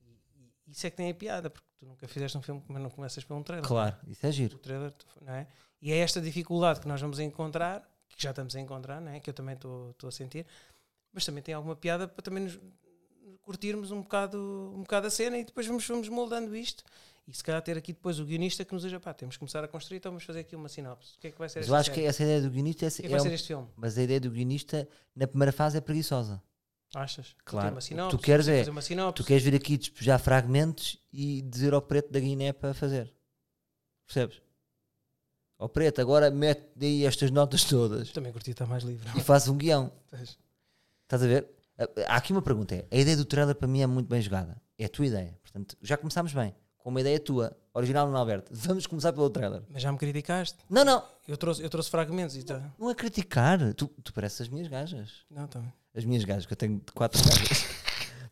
E, e isso é que tem a piada, porque tu nunca fizeste um filme, mas não começas pelo um trailer. Claro, isso é giro. o trailer, tu- não é? E é esta dificuldade que nós vamos encontrar, que já estamos a encontrar, não é? Que eu também estou estou a sentir, mas também tem alguma piada para também nos curtirmos um bocado, um bocado a cena e depois vamos, vamos moldando isto. E se calhar ter aqui depois o guionista que nos diz, pá, temos que começar a construir, então vamos fazer aqui uma sinopse. O que é que vai ser Mas esta eu acho que série? essa ideia do guionista é, O que é que é vai um- ser este filme? mas a ideia do guionista na primeira fase é preguiçosa. Achas? Que Claro. tem Uma O que tu sinopse, queres tem que é- fazer uma sinopse. Tu queres vir aqui despejar fragmentos e dizer ao preto da Guiné para fazer. Percebes? Ó preto, agora mete aí estas notas todas Também curti estar tá mais livre. é? e faz um guião. Pois. Estás a ver? Há aqui uma pergunta: é, a ideia do trailer para mim é muito bem jogada. É a tua ideia. Portanto, já começámos bem. Com uma ideia tua, original no Alberto. Vamos começar pelo trailer. Mas já me criticaste. Não, não, Eu trouxe, eu trouxe fragmentos e tá. não é criticar. Tu, tu pareces as minhas gajas. Não, tá. bem. As minhas gajas, que eu tenho de quatro gajas.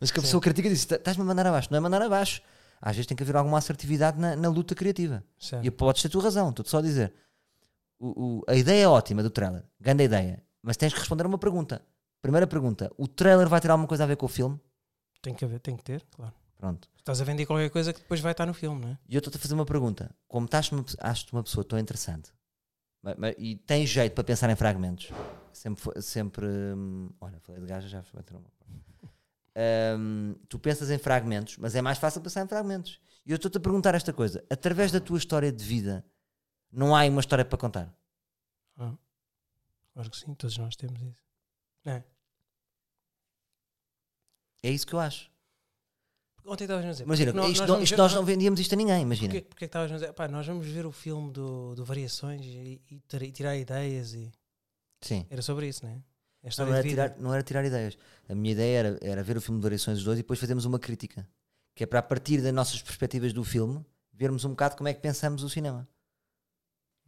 Mas que a pessoa critica e diz: "Tá- estás-me a mandar abaixo. Não é mandar abaixo. Às vezes tem que haver alguma assertividade na- na luta criativa. Certo. E podes ter a tua razão, estou-te só a dizer. O- o- a ideia é ótima do trailer, grande ideia, mas tens que responder a uma pergunta. Primeira pergunta: o trailer vai ter alguma coisa a ver com o filme? Tem que haver, tem que ter, claro. Pronto. Estás a vender qualquer coisa que depois vai estar no filme, não é? E eu estou-te a fazer uma pergunta: como estás uma, pe- acho-te uma pessoa tão interessante ma- ma- e tens jeito para pensar em fragmentos? Sempre. fo- sempre hum, olha, falei de gaja, já foi bater uma. Hum, tu pensas em fragmentos, mas é mais fácil pensar em fragmentos. E eu estou-te a perguntar esta coisa: através da tua história de vida, não há aí uma história para contar? Claro que sim, todos nós temos isso. É isso que eu acho. Ontem estavas a dizer. Imagina, porque isto, não, vamos isto ver- nós não vendíamos isto a ninguém, imagina. Porquê, porquê que estavas a dizer? Pá, nós vamos ver o filme do, do Variações e, e ter- e tirar ideias e. Sim. Era sobre isso, não é? É a Não, história não era de vida. tirar, não era tirar ideias. A minha ideia era, era ver o filme de Variações dos Dois e depois fazermos uma crítica. Que é para, a partir das nossas perspectivas do filme, vermos um bocado como é que pensamos o cinema.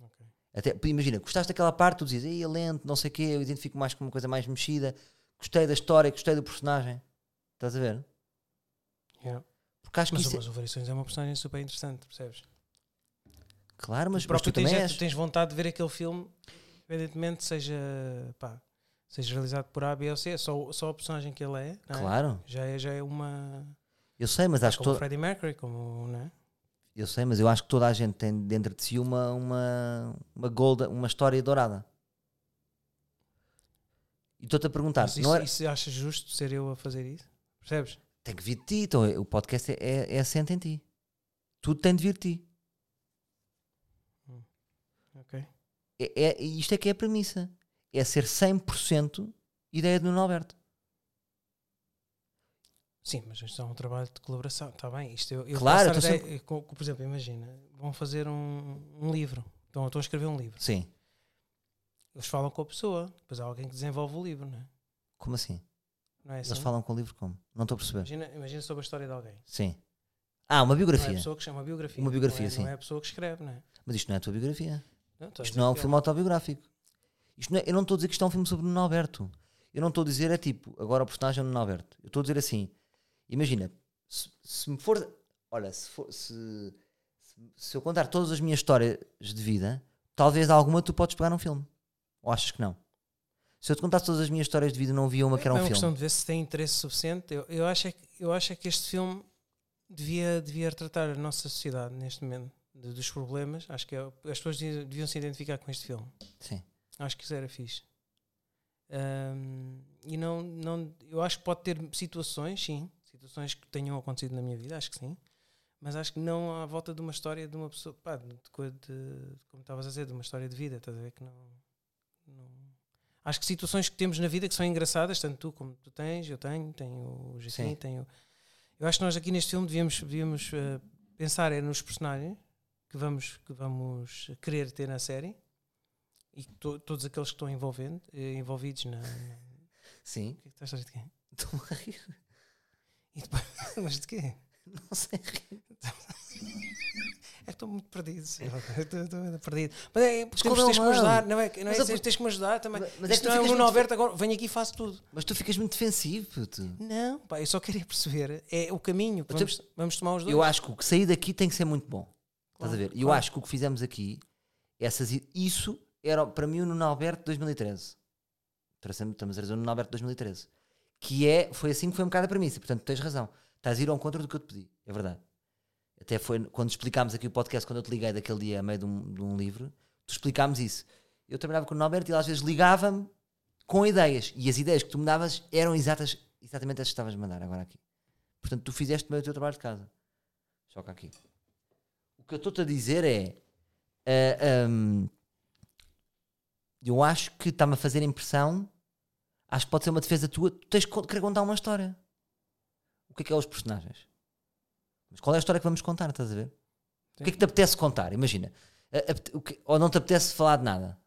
Ok. Até, pô, imagina, gostaste daquela parte, tu dizes, ei, é lento, não sei o quê, eu identifico mais com uma coisa mais mexida, gostei da história, gostei do personagem. Estás a ver? Yeah. Porque acho que Mas, isso. o- é- mas o Variações é uma personagem super interessante, percebes? Claro, mas, mas Próprio tu tens, também é, és. tu tens vontade de ver aquele filme, independentemente seja, pá, seja realizado por A, B ou C, é só, só a personagem que ele é, não é? Claro, Já é, já é uma. eu sei, mas acho que É como to- Freddie Mercury, como. Não é? Eu sei, mas eu acho que toda a gente tem dentro de si uma, uma, uma, golda, uma história dourada. E estou-te a perguntar, Mas Tá, não isso, era- isso achas justo ser eu a fazer isso? Percebes? tem que vir de ti, então o podcast é, é, é assente em ti. Tudo tem de vir de ti. Hum, Ok. É, é- isto é que é a premissa. É ser 100% ideia do Nuno Alberto. Sim, mas isto é um trabalho de colaboração, está bem? Isto eu, eu Claro, então posso eu dar tô ideia- co- co- por exemplo, imagina, vão fazer um, um livro, então eu estou a escrever um livro. Sim. Eles falam com a pessoa, depois há alguém que desenvolve o livro, não é? Como assim? Não é assim? Eles falam com o livro como? Não estou a perceber. Imagina, imagina sobre a história de alguém. Sim. Ah, uma Não é a biografia. pessoa que chama biografia. Uma biografia, não é, sim. Não é a pessoa que escreve, não é? mas isto não é a tua biografia. Não, então, estou Isto a dizer não é um que filme autobiográfico. Isto não é- eu não estou a dizer que isto é um filme sobre o Nuno Alberto. Eu não estou a dizer, é tipo, agora o personagem é o Nuno Alberto. Eu estou a dizer assim, imagina, se, se me for. Olha, se, for- se, se- se eu contar todas as minhas histórias de vida, talvez alguma tu podes pegar num filme. Ou achas que não? Se eu te contasse todas as minhas histórias de vida, não havia uma que era é um uma filme. questão de ver se tem interesse suficiente. Eu, eu, acho, é que, eu acho é que este filme devia, devia retratar a nossa sociedade neste momento, de- dos problemas. Acho que é- as pessoas deviam deviam se identificar com este filme. Sim. Acho que isso era fixe. Ahm, e não, não, eu acho que pode ter situações, sim, situações que tenham acontecido na minha vida, acho que sim, mas acho que não à volta de uma história de uma pessoa, pá, de, coisa de- como estavas a dizer, de uma história de vida, estás a ver que não, não- Acho que situações que temos na vida que são engraçadas, tanto tu como tu tens, eu tenho, tenho o Sim. Jacinho, tenho. Eu acho que nós aqui neste filme devíamos, devíamos eh, pensar é nos personagens que vamos, que vamos eh, querer ter na série e que to- todos aqueles que estão envolvendo, eh, envolvidos na. na- Sim. O que é que estás a rir de quê? Estou-me a rir. E depois, <laughs> mas de quê? <laughs> Não sei rir. É que estou muito perdido. senhor. Eu Estou estou ainda perdido. Mas é, porque qual temos, é o tens que me mal? ajudar. Não é, que- não é Mas eu- tens- tens que me ajudar também. Mas- mas Mas é que Isto tu não é o ficas Nuno muito- Alberto agora, venho aqui e faço tudo. Mas tu ficas muito defensivo, puto. Não, pá, eu só queria perceber. É o caminho. que Eu Vamos, vamos tomar os dois. Eu acho que o que sair daqui tem que ser muito bom. Estás a Claro, ver? E eu claro. acho que o que fizemos aqui, essas, i- isso era para mim o Nuno Alberto de 2013. Traçamos- Estamos a trazer o Nuno Alberto de 2013. Que é, foi assim que foi um bocado a premissa. Portanto, tens razão. Estás a ir ao encontro do que eu te pedi. É verdade. Até foi quando explicámos aqui o podcast, quando eu te liguei daquele dia a meio de um, de um livro, tu explicámos isso. Eu trabalhava com o Nuno Alberto e ele às vezes ligava-me com ideias. E as ideias que tu me davas eram exatas, exatamente as que estavas a mandar agora aqui. Portanto, tu fizeste bem o teu trabalho de casa. Choca aqui. O que eu estou-te a dizer é. ah, hum, eu acho que está-me a fazer impressão. Acho que pode ser uma defesa tua. Tu tens que con- querer contar uma história. O que é que é os personagens? Mas qual é a história que vamos contar? Estás a ver? O que é que te apetece contar? Imagina. A- apete- o que- ou não te apetece falar de nada?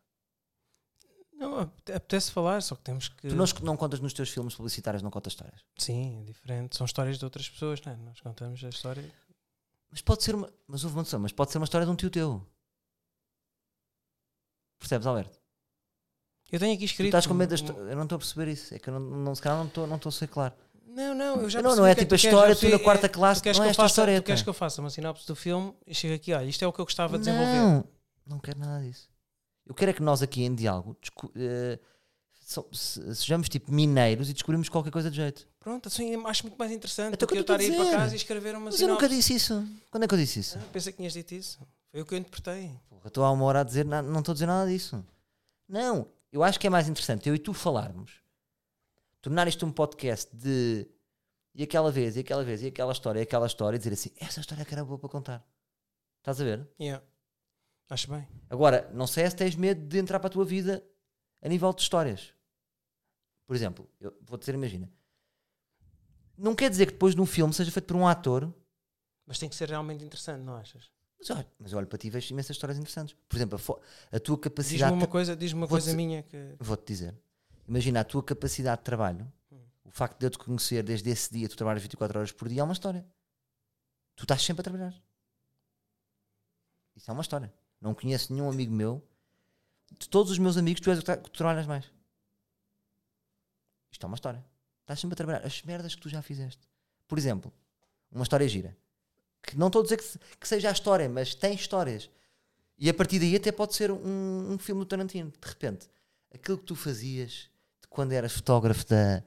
Não, ap- apetece falar, só que temos que. Tu não, es- não contas nos teus filmes publicitários, não contas histórias. Sim, é diferente. São histórias de outras pessoas, não é? Nós contamos a história. Mas pode ser uma. Mas houve uma noção, mas pode ser uma história de um tio teu. Percebes, Alberto? Eu tenho aqui Tu escrito. estás com medo da um- histó- Eu não estou a perceber isso. É que eu não, não, se calhar não estou não estou a ser claro. Não, não, eu já não, não percebi é o que tipo a tu queres, já história, tu na percebi, é- quarta classe, Tu queres, não que é eu esta faça, história. tu queres que eu faça uma sinopse do filme e chego aqui, olha, isto é o que eu gostava de desenvolver. Não, não quero nada disso. Eu quero é que nós aqui em diálogo discu- eh, so- se- sejamos tipo mineiros e descobrimos qualquer coisa de jeito. Pronto, assim acho muito mais interessante Então, do o que que eu eu estou a estar aí para dizer? casa e escrever uma Mas eu sinopse. nunca disse isso. Quando é que eu disse isso? Ah, pensei que tinhas dito isso. Foi o que eu interpretei. Porra, estou há uma hora a dizer, na- não estou a dizer nada disso. Não, eu acho que é mais interessante eu e tu falarmos, tornar isto um podcast de e aquela vez, e aquela vez, e aquela história, e aquela história, e dizer assim, essa história é que era boa para contar. Estás a ver? Yeah. Acho bem. Agora, não sei se tens medo de entrar para a tua vida a nível de histórias. Por exemplo, eu vou dizer, imagina. Não quer dizer que depois de um filme seja feito por um ator, Mas tem que ser realmente interessante, não achas? mas olha, mas eu olho para ti e vejo imensas histórias interessantes. Por exemplo, a, fo- a tua Diz-me capacidade. uma coisa, diz uma Vou coisa dizer- minha que. Vou-te dizer. Imagina a tua capacidade de trabalho, o facto de eu te conhecer desde esse dia, tu trabalhas 24 horas por dia, é uma história. Tu estás sempre a trabalhar. Isso é uma história. Não conheço nenhum amigo meu. De todos os meus amigos, tu és o que, tra- que tu trabalhas mais. Isto é uma história. Estás sempre a trabalhar. As merdas que tu já fizeste. Por exemplo, uma história gira. Que não estou a dizer que, se- que seja a história, mas tem histórias. E a partir daí até pode ser um, um filme do Tarantino. De repente, aquilo que tu fazias de quando eras fotógrafo da.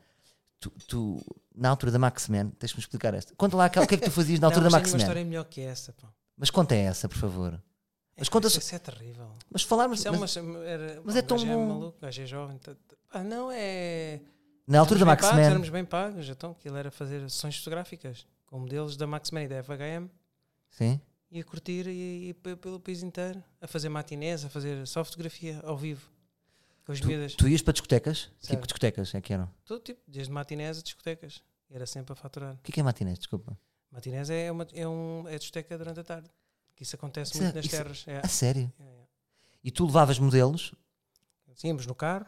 Tu, tu- na altura da Maxman, tens-me explicar esta. Conta lá aquela- o que é que tu fazias na altura <laughs> não, da mas tenho uma Maxman. história melhor que essa, pá. Mas conta essa, por favor. É, Mas conta isso, só- isso é terrível. Mas falarmos. Isso é mas- uma, era, mas é o tão gajo bom. maluco, o gajo é jovem. tá- tá- Ah, não, é. na altura da Éramos bem pagos, Maxman. Éramos bem pagos, então, aquilo era fazer sessões fotográficas com modelos da Maxman e da FHM. Sim. E a curtir e, e pe- pelo país inteiro, a fazer matinés, a fazer só fotografia ao vivo, com as Tu, miúdas. tu ias para discotecas? Certo. Tipo discotecas, é que eram. Todo tipo, desde matinés a discotecas. Era sempre a faturar. O que é, que é matinés? Desculpa. Matinés é, uma, é, um, é discoteca durante a tarde. Que isso acontece Isso é- muito nas isso é- terras. É, A sério? é, é. E tu levavas modelos? Sim, íamos no carro,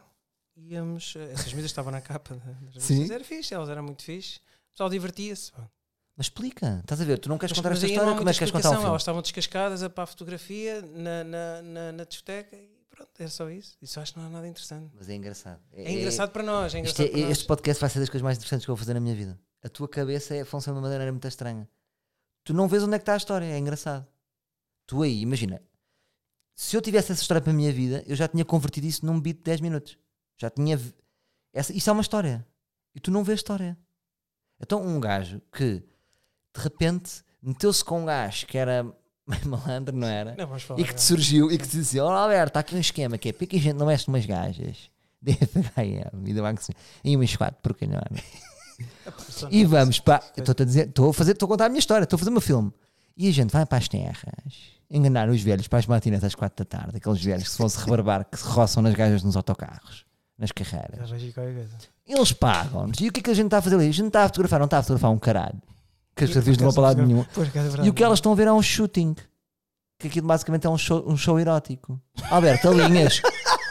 íamos. eh, Essas miúdas estavam na capa da- das Sim. revistas. Era fixe, elas eram muito fixe. O pessoal divertia-se. pá. Mas explica. Estás a ver? Tu não queres Mas- contar mas esta aí não há história? Como é muita que queres contar um explicação, filme? Elas estavam descascadas a para a fotografia na, na, na, na discoteca e pronto, era só isso. Isso acho que não é nada interessante. Mas é engraçado. É engraçado para nós, é Isto engraçado é- para nós. este podcast vai ser das coisas mais interessantes que eu vou fazer na minha vida. A tua cabeça é, funciona de uma maneira muito estranha. Tu não vês onde é que está a história, é engraçado. Tu aí, imagina, se eu tivesse essa história para a minha vida, eu já tinha convertido isso num beat de 10 minutos. Já tinha. vi- Essa, isso é uma história. E tu não vês história. Então, um gajo que de repente meteu-se com um gajo que era <laughs> meio malandro, não era? Não, vamos falar. e que te agora. surgiu e que te disse: Olha, Alberto, está aqui um esquema que é pica e gente não mexe umas gajas <laughs> da FHM e da Banco Central, e umas quatro porque não Só E não- é vamos para. Estou a dizer, estou a fazer, estou a contar a minha história, estou a fazer o meu filme. E a gente vai para as terras, enganar os velhos para as matinas às quatro da tarde, aqueles velhos que se vão se rebarbar, que se roçam nas gajas nos autocarros, nas carreiras. Já vai vir qualquer coisa. Eles pagam-nos. E o que é que a gente está a fazer ali? A gente está a fotografar, não está a fotografar um caralho. Que as revistas não vão para lado nenhum. Pois, que é verdade. E o que elas estão a ver é um shooting. Que aquilo basicamente é um show, um show erótico. Alberto, <laughs> alinhas.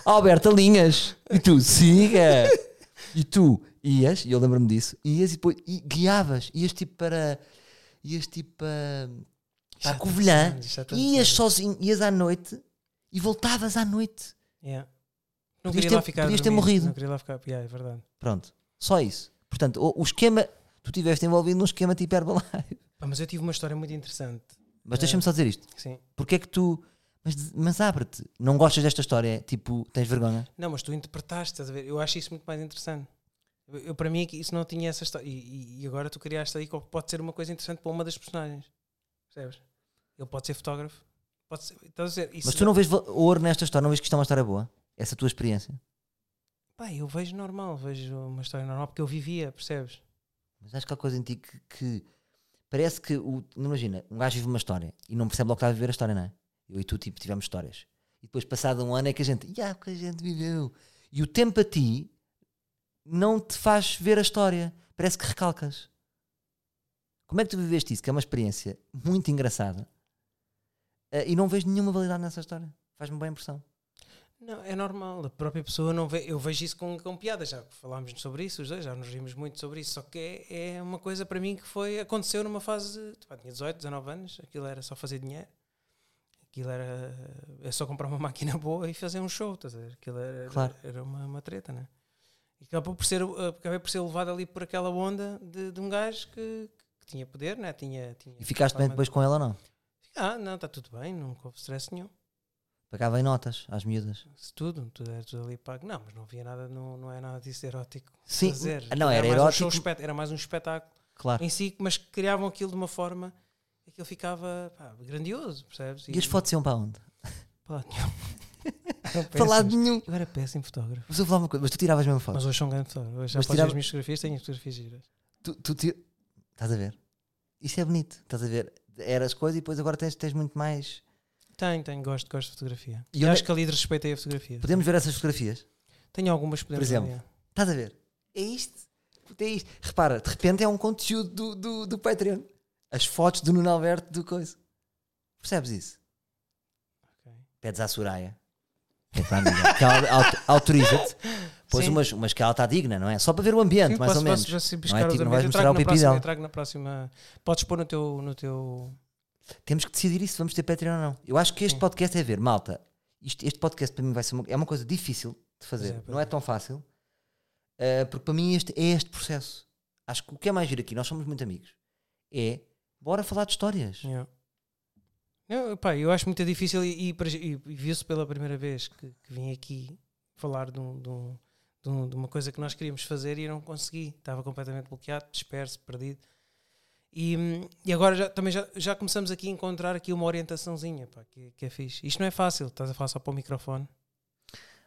Alberto, alinhas. E tu, siga. E tu ias, e eu lembro-me disso, ias e depois e guiavas. Ias tipo para. Ias tipo para. Isto Para já a tá Covilhã. interessante, isto já tá Ias interessante. sozinho, ias à noite e voltavas à noite. Yeah. Não Podias queria ter- lá ficar. a podias ter dormir, morrido. Não queria lá ficar. Yeah, é verdade. Pronto. Só isso. Portanto, o, o esquema. Tu estiveste envolvido num esquema tipo Herbalife. Pá, mas eu tive uma história muito interessante. Mas deixa-me só dizer isto. Sim. Porque é que tu. Mas, mas abre-te. Não gostas desta história? Tipo, tens vergonha? Não, mas tu interpretaste, estás a ver? Eu acho isso muito mais interessante. Eu, eu, para mim, é que isso não tinha essa história. E, e- e agora tu criaste aí qual- pode ser uma coisa interessante para uma das personagens. Percebes? Ele pode ser fotógrafo. Pode ser, estás a dizer, isso é Mas tu não vês va- ouro nesta história, não vês que isto é uma história boa? Essa tua experiência. Pá, eu vejo normal, vejo uma história normal porque eu vivia, percebes? Mas acho que há coisa em ti que, que parece que o. não Imagina, um gajo vive uma história e não percebe logo que está a viver a história, não é? Eu e tu, tipo, tivemos histórias. E depois, passado um ano, é que a gente. Ya, que a gente viveu. E o tempo a ti não te faz ver a história. Parece que recalcas. Como é que tu viveste isso? Que é uma experiência muito engraçada eh, e não vês nenhuma validade nessa história. Faz-me boa impressão. Não, é normal, a própria pessoa não vê. Eu vejo isso com, com piada, já falámos sobre isso, os dois já nos rimos muito sobre isso. Só que é, é uma coisa para mim que foi aconteceu numa fase. Pá, tinha 18, 19 anos, aquilo era só fazer dinheiro, aquilo era é só comprar uma <laughs> máquina boa e fazer um show, estás a ver? Aquilo era, Claro. era uma, uma treta, né? E acabou por ser, acabei por ser levado ali por aquela onda de, de um gajo que, que tinha poder, né? Tinha, tinha E ficaste bem depois com ela ou não? Ah, não, está tudo bem, nunca houve stress nenhum. Pagava em notas às miúdas. Se tudo, tudo era tudo ali pago. Não, mas não havia nada, não, não é nada disso erótico. Sim, Ah, fazer. não, era mais um erótico. show espet- era mais um espetáculo Claro. em si, mas que criavam aquilo de uma forma que aquilo ficava pá, grandioso, percebes? E as fotos iam para onde? Pá, <laughs> Falar lá nenhum. Era péssimo. de nenhum. Eu era péssimo fotógrafo. Mas eu falava uma coisa, mas tu tiravas mesmo fotos. Mas hoje sou um grande fotógrafo. Hoje já Mas posso ver tirava- as minhas fotografias, tenho fotografias giras. Tu, tu ti- Estás a ver? Isso é bonito, estás a ver? Eras coisa e depois agora tens, tens muito mais. Tenho, tenho, gosto, gosto de fotografia. E E, onde acho é- que ali respeitei a fotografia. Podemos ver essas fotografias? Tenho algumas, podemos exemplo. olhar. Estás a ver? É isto? É isto. Repara, de repente é um conteúdo do, do, do Patreon. As fotos do Nuno Alberto do coisa. Percebes isso? Ok. Pedes à Soraya. que é tua amiga, que ela <laughs> au- autoriza-te. Pois Sim. umas, umas que ela está digna, não é? Só para ver o ambiente, Sim, mais posso- ou menos. posso- posso ir Não é? buscar Tipo, os não amigos. vais Eu mostrar trago o na pipi próxima, dela. eu trago na próxima. Podes pôr no teu. No teu... Temos que decidir isso, se vamos ter Patreon ou não. Eu acho que este Sim. podcast é ver, malta. Isto- este podcast para mim vai ser uma, é uma coisa difícil de fazer, Pois é, pois não é é. tão fácil, Ah, porque para mim este, é este processo. Acho que o que é mais giro aqui, nós somos muito amigos, é bora falar de histórias. Yeah. Não, pá, eu acho muito difícil e, e, para- e- e viu-se pela primeira vez que, que vim aqui falar de, um- de um- de um- de uma coisa que nós queríamos fazer e eu não consegui. Estava completamente bloqueado, disperso, perdido. E, hum, e agora já, também já, já começamos aqui a encontrar aqui uma orientaçãozinha pá, que, que é fixe. Isto não é fácil, estás a falar só para o microfone.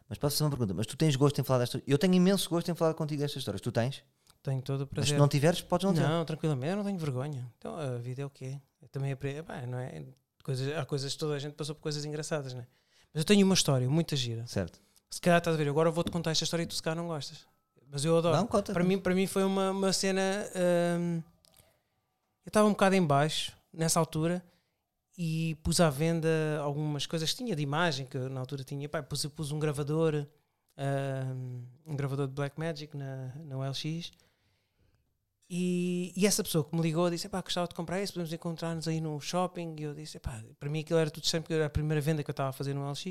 Mas posso fazer uma pergunta, mas tu tens gosto em falar destas Eu tenho imenso gosto em falar contigo destas histórias, tu tens? Tenho todo o Mas prazer. se não tiveres, podes não, Não, ter. tranquilamente, eu não tenho vergonha. Então a vida é o que é. Eu Também apre- pá, não é? Coisas, há coisas, toda a gente passou por coisas engraçadas, né? Mas eu tenho uma história, muita gira. Certo. Se calhar estás a ver, eu agora vou-te contar esta história e tu se calhar não gostas. Mas eu adoro. Não, conta. Para mim, para mim foi uma, uma cena. hum, eu estava um bocado em baixo nessa altura e pus à venda algumas coisas que tinha de imagem, que eu na altura tinha. Pá, pus, pus um gravador, hum, um gravador de Blackmagic na, na OLX. E, e essa pessoa que me ligou disse: pá, gostava de comprar isso, podemos encontrar-nos aí no shopping. E eu disse: pá, para mim aquilo era tudo sempre, porque era a primeira venda que eu estava a fazer no LX.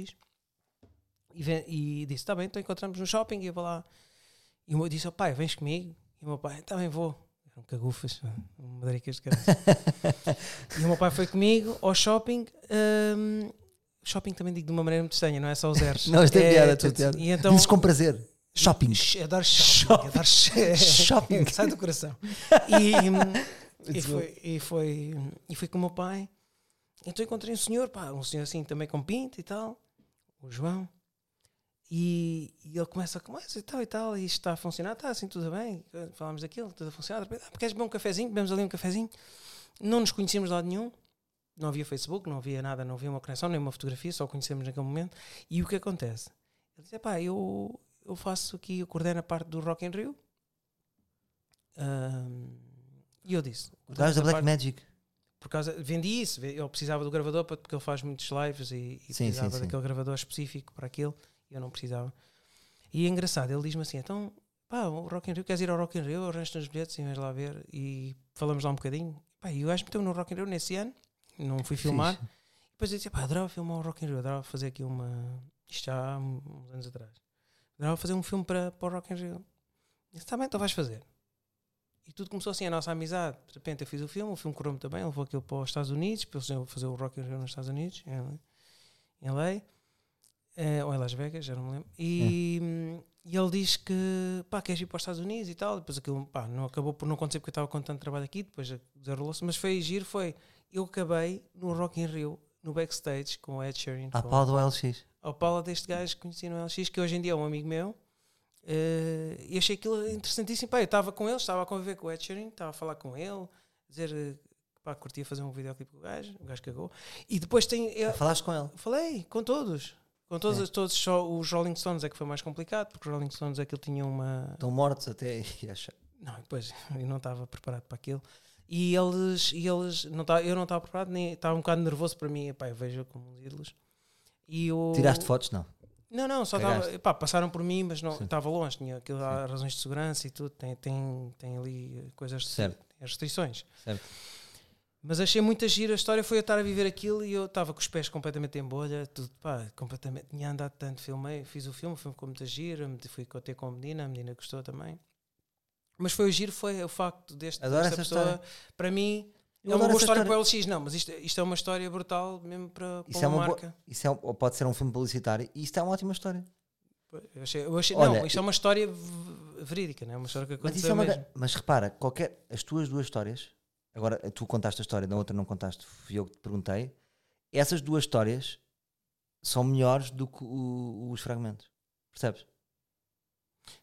E, ven- e disse: tá bem, então encontramos no shopping. E eu vou lá e o meu disse: ó pai, vens comigo? E o meu pai: também vou. Eram cagufas, <laughs> madaricas <laughs> de cabeça. e o meu pai foi comigo ao shopping. hum, shopping também digo de uma maneira muito estranha, não é só os zeros. Não, isto é piada, tudo. isto é piada. E então, <laughs> Dizes com prazer. Shopping. é dar shopping. É dar <laughs> Shopping. Sai do coração. E, hum, e, It's foi, e, foi, e foi com o meu pai. Então encontrei um senhor, pá, um senhor assim também com pinta e tal, o João. E, e ele começa como é, e tal e tal, e isto está a funcionar, está assim, tudo bem, falámos daquilo, tudo a funcionar, de repente, ah, queres beber um cafezinho, bebemos ali um cafezinho, não nos conhecíamos de lado nenhum, não havia Facebook, não havia nada, não havia uma conexão, nem uma fotografia, só conhecemos naquele momento, e o que acontece? Ele diz, pá, eu, eu faço aqui, eu coordeno a parte do Rock in Rio, Ahm, e eu disse, O gajo da "Coordeno a Black parte- é Magic. por causa vendi isso ve- eu precisava do gravador pa- porque ele faz muitos lives e, e Sim, precisava sim, sim. daquele gravador específico para aquilo e eu não precisava e é engraçado ele diz-me assim então pá o Rock in Rio queres ir ao Rock in Rio arranjas nos bilhetes e vens lá ver e falamos lá um bocadinho pá, e o gajo meteu no Rock in Rio nesse ano não fui filmar Fixe. depois eu disse, pá, adorava filmar o Rock in Rio, adorava fazer aqui uma. Isto já há um- uns anos atrás. Adorava fazer um filme para, para o Rock in Rio. E disse, tá bem, então vais fazer. E tudo começou assim, a nossa amizade. De repente eu fiz o filme, o filme correu-me também, levou aquilo para os Estados Unidos, para eu fazer o Rock in Rio nos Estados Unidos, em, em LA, eh, ou em Las Vegas, já não me lembro. E, e ele diz que, pá, queres ir para os Estados Unidos e tal. Depois aquilo, pá, não acabou por não acontecer porque eu estava com tanto trabalho aqui, depois desarrolou-se. Mas foi giro, foi. Eu acabei no Rock in Rio, no backstage, com o Ed Sheeran. À com- pau Ah, do LX. ao Paula deste gajo que conheci no LX, que hoje em dia é um amigo meu. eh, e achei aquilo interessantíssimo. Pá, eu estava com ele, estava a conviver com o Ed Sheeran, estava a falar com ele, dizer eh, pá, curtia fazer um videoclipe com o gajo, o gajo cagou. E depois tem. eu- Falaste com ele. Falei com todos. Com todos, É. os- todos só os Rolling Stones é que foi mais complicado, porque os Rolling Stones aquilo tinha uma. Estão mortos até. e acha- Não, e depois <laughs> eu não estava preparado para aquilo. E eles, e eles não tá, eu não estava preparado, nem estava um bocado nervoso para mim. Epá, eu vejo como uns ídolos. E eu, Tiraste fotos? Não. Não, não, só Cagaste. estava. Pá, passaram por mim, mas não Sim. estava longe. Tinha aquilo, há razões de segurança e tudo. Tem, tem, tem ali eh, coisas. Certo. As restrições. Certo. Mas achei muito giro a história. Foi eu estar a viver aquilo e eu estava com os pés completamente em bolha. Tudo, pá, completamente. Tinha andado tanto, filmei, fiz o filme, foi com muita giro. me- Fui ter com a menina, a menina gostou também. Mas foi o giro, foi o facto deste, Adoro desta essa pessoa. história. Para mim, Eu é uma adoro boa essa história, história. para o LX. Não, mas isto, isto é uma história brutal mesmo para, para Isso uma, é uma boa- marca. Isso é um- ou pode ser um filme publicitário e isto é uma ótima história. Eu achei, eu achei- Olha, não, isto é uma história v- verídica, não é? Uma história que Mas, aconteceu isso é uma mesmo. gra- mas repara, qualquer, as tuas duas histórias, agora tu contaste a história, da outra não contaste, fui eu que te perguntei. Essas duas histórias são melhores do que o- os fragmentos. Percebes?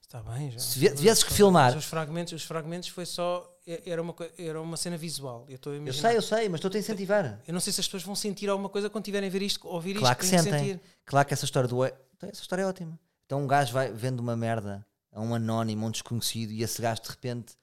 Está bem, já. Se vi- tivesses que filmar- Mas Os fragmentos, os fragmentos foi só. e- Era uma, coi- era uma cena visual. Eu, estou a Eu imaginar. sei, eu sei, mas estou-te a incentivar. Eu não sei se as pessoas vão sentir alguma coisa quando tiverem a ver isto, ouvir Claro isto. que têm sentem. sentir. Claro que essa história do. Então, essa história é ótima. Então um gajo vai vendo uma merda a um anónimo, a um desconhecido, e esse gajo de repente.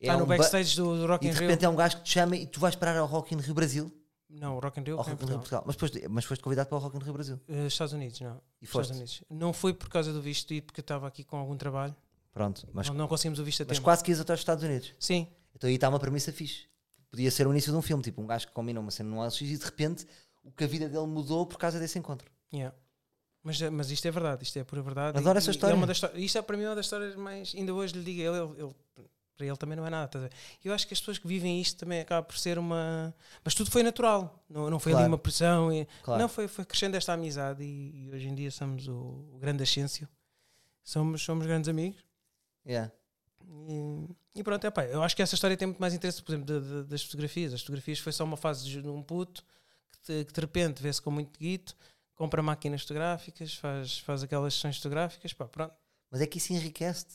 Está Tá no um ba- backstage do, do Rock E in de Rio. repente é um gajo que te chama e tu vais parar ao Rock in Rio Brasil. Não, o Rock in Rio. Ao cá em Rock in Rio Portugal. Portugal. Mas depois, mas foste convidado para o Rock in Rio Brasil. Eh, Estados Unidos, não. E Estados foste. Unidos. Não foi por causa do visto e porque eu estava aqui com algum trabalho. Pronto. Mas, não, não conseguimos o visto a mas tempo. quase que ias até aos Estados Unidos. Sim, Então aí está uma premissa fixe. Podia ser o início de um filme, tipo um gajo que combina uma cena no LX e de repente o que a vida dele mudou por causa desse encontro. Yeah. Mas, mas isto é verdade, isto é pura verdade. Adoro E- essa e história. É uma das, histó- isto é para mim uma das histórias mais. Ainda hoje lhe digo, ele, ele- ele- para ele também não é nada. estás a ver? Eu acho que as pessoas que vivem isto também acaba por ser uma. Mas tudo foi natural, não, não foi Claro. ali uma pressão. e- Claro. Não, foi, foi crescendo esta amizade e, e hoje em dia somos o, o grande Ascensio. Somos, somos grandes amigos. Yeah. E, e pronto, é pá, eu acho que essa história tem muito mais interesse, por exemplo, de- de- das fotografias. As fotografias foi só uma fase de um puto que, te- que de repente vê-se com muito guito, compra máquinas fotográficas, faz, faz aquelas sessões fotográficas, pá, pronto. Mas é que isso enriquece-te.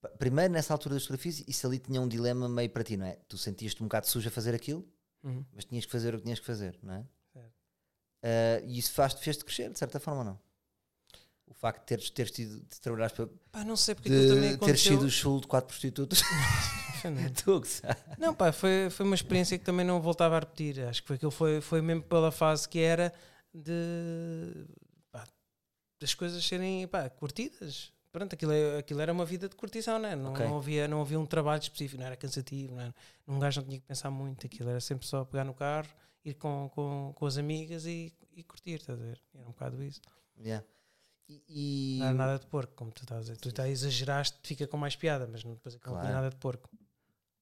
Pa- Primeiro, nessa altura das fotografias, isso ali tinha um dilema meio para ti, não é? Tu sentias-te um bocado sujo a fazer aquilo, Uhum. mas tinhas que fazer o que tinhas que fazer, não é? Certo. Ah, e isso faz-te, fez-te crescer, de certa forma, não? O facto de teres, teres tido, de trabalhares para, Pá, não sei porque aquilo também de ter aconteceu. sido o chulo de quatro prostitutos. Foi, não. é? Estou a gozar. Não, pá, foi, foi uma experiência que também não voltava a repetir. Acho que foi aquilo foi, foi mesmo pela fase que era de pá, das coisas serem pá, curtidas. Pronto, aquilo, é- aquilo era uma vida de curtição, não é? Não, Ok. não havia, não havia um trabalho específico, não era cansativo, não era, um gajo não tinha que pensar muito, aquilo era sempre só pegar no carro, ir com, com, com as amigas e, e curtir, estás a ver? Era um bocado isso. Yeah. E, e- Não era nada de porco, como tu estás a dizer. Tu tá, exageraste, fica com mais piada, mas não, depois aquilo não Claro. tinha nada de porco.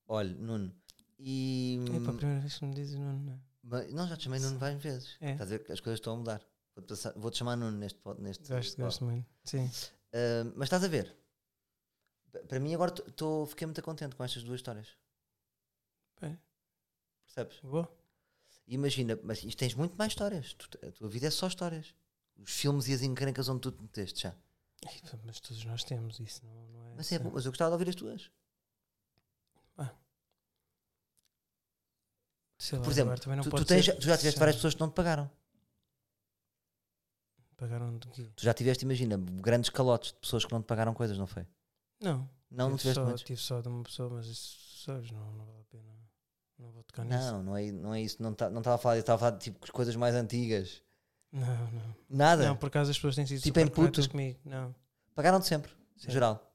Olha, Nuno, e. É para a primeira vez que me dizes, não, não é? Mas- não, já te chamei Nuno várias vezes. É. Estás a ver que as coisas estão a mudar. Vou-te, passar- vou-te chamar Nuno neste. pod- neste Gosto, pod. gosto muito. Sim. Ah, mas estás a ver? Pa- Para mim, agora tô- tô- fiquei muito contente com estas duas histórias. Bem. Percebes? Boa. Imagina, mas isto tens muito mais histórias. Tu- a tua vida é só histórias. Os filmes e as encrencas onde tu te meteste já. Ei, pá, Mas todos nós temos isso, não, não é? Mas, é, só- bom, mas eu gostava de ouvir as tuas. sei lá, Por exemplo, agora também não tu, tu pode tens- ser- tu já tiveste sei várias lá, pessoas que não te pagaram. Pagaram do um quê? Tu já tiveste, imagina, grandes calotes de pessoas que não te pagaram coisas, não foi? Não. Não, não tive tiveste só, muitos. Tive só de uma pessoa, mas isso sabes, não, não vale a pena. Não vou tocar nisso. Não, não é, não é isso. Não estava não tava a falar, eu estava a falar de tipo, coisas mais antigas. Não, não. Nada. Não, por acaso as pessoas têm sido Tipo super em puto? corretas comigo. Não. Pagaram-te sempre, Sim. no geral.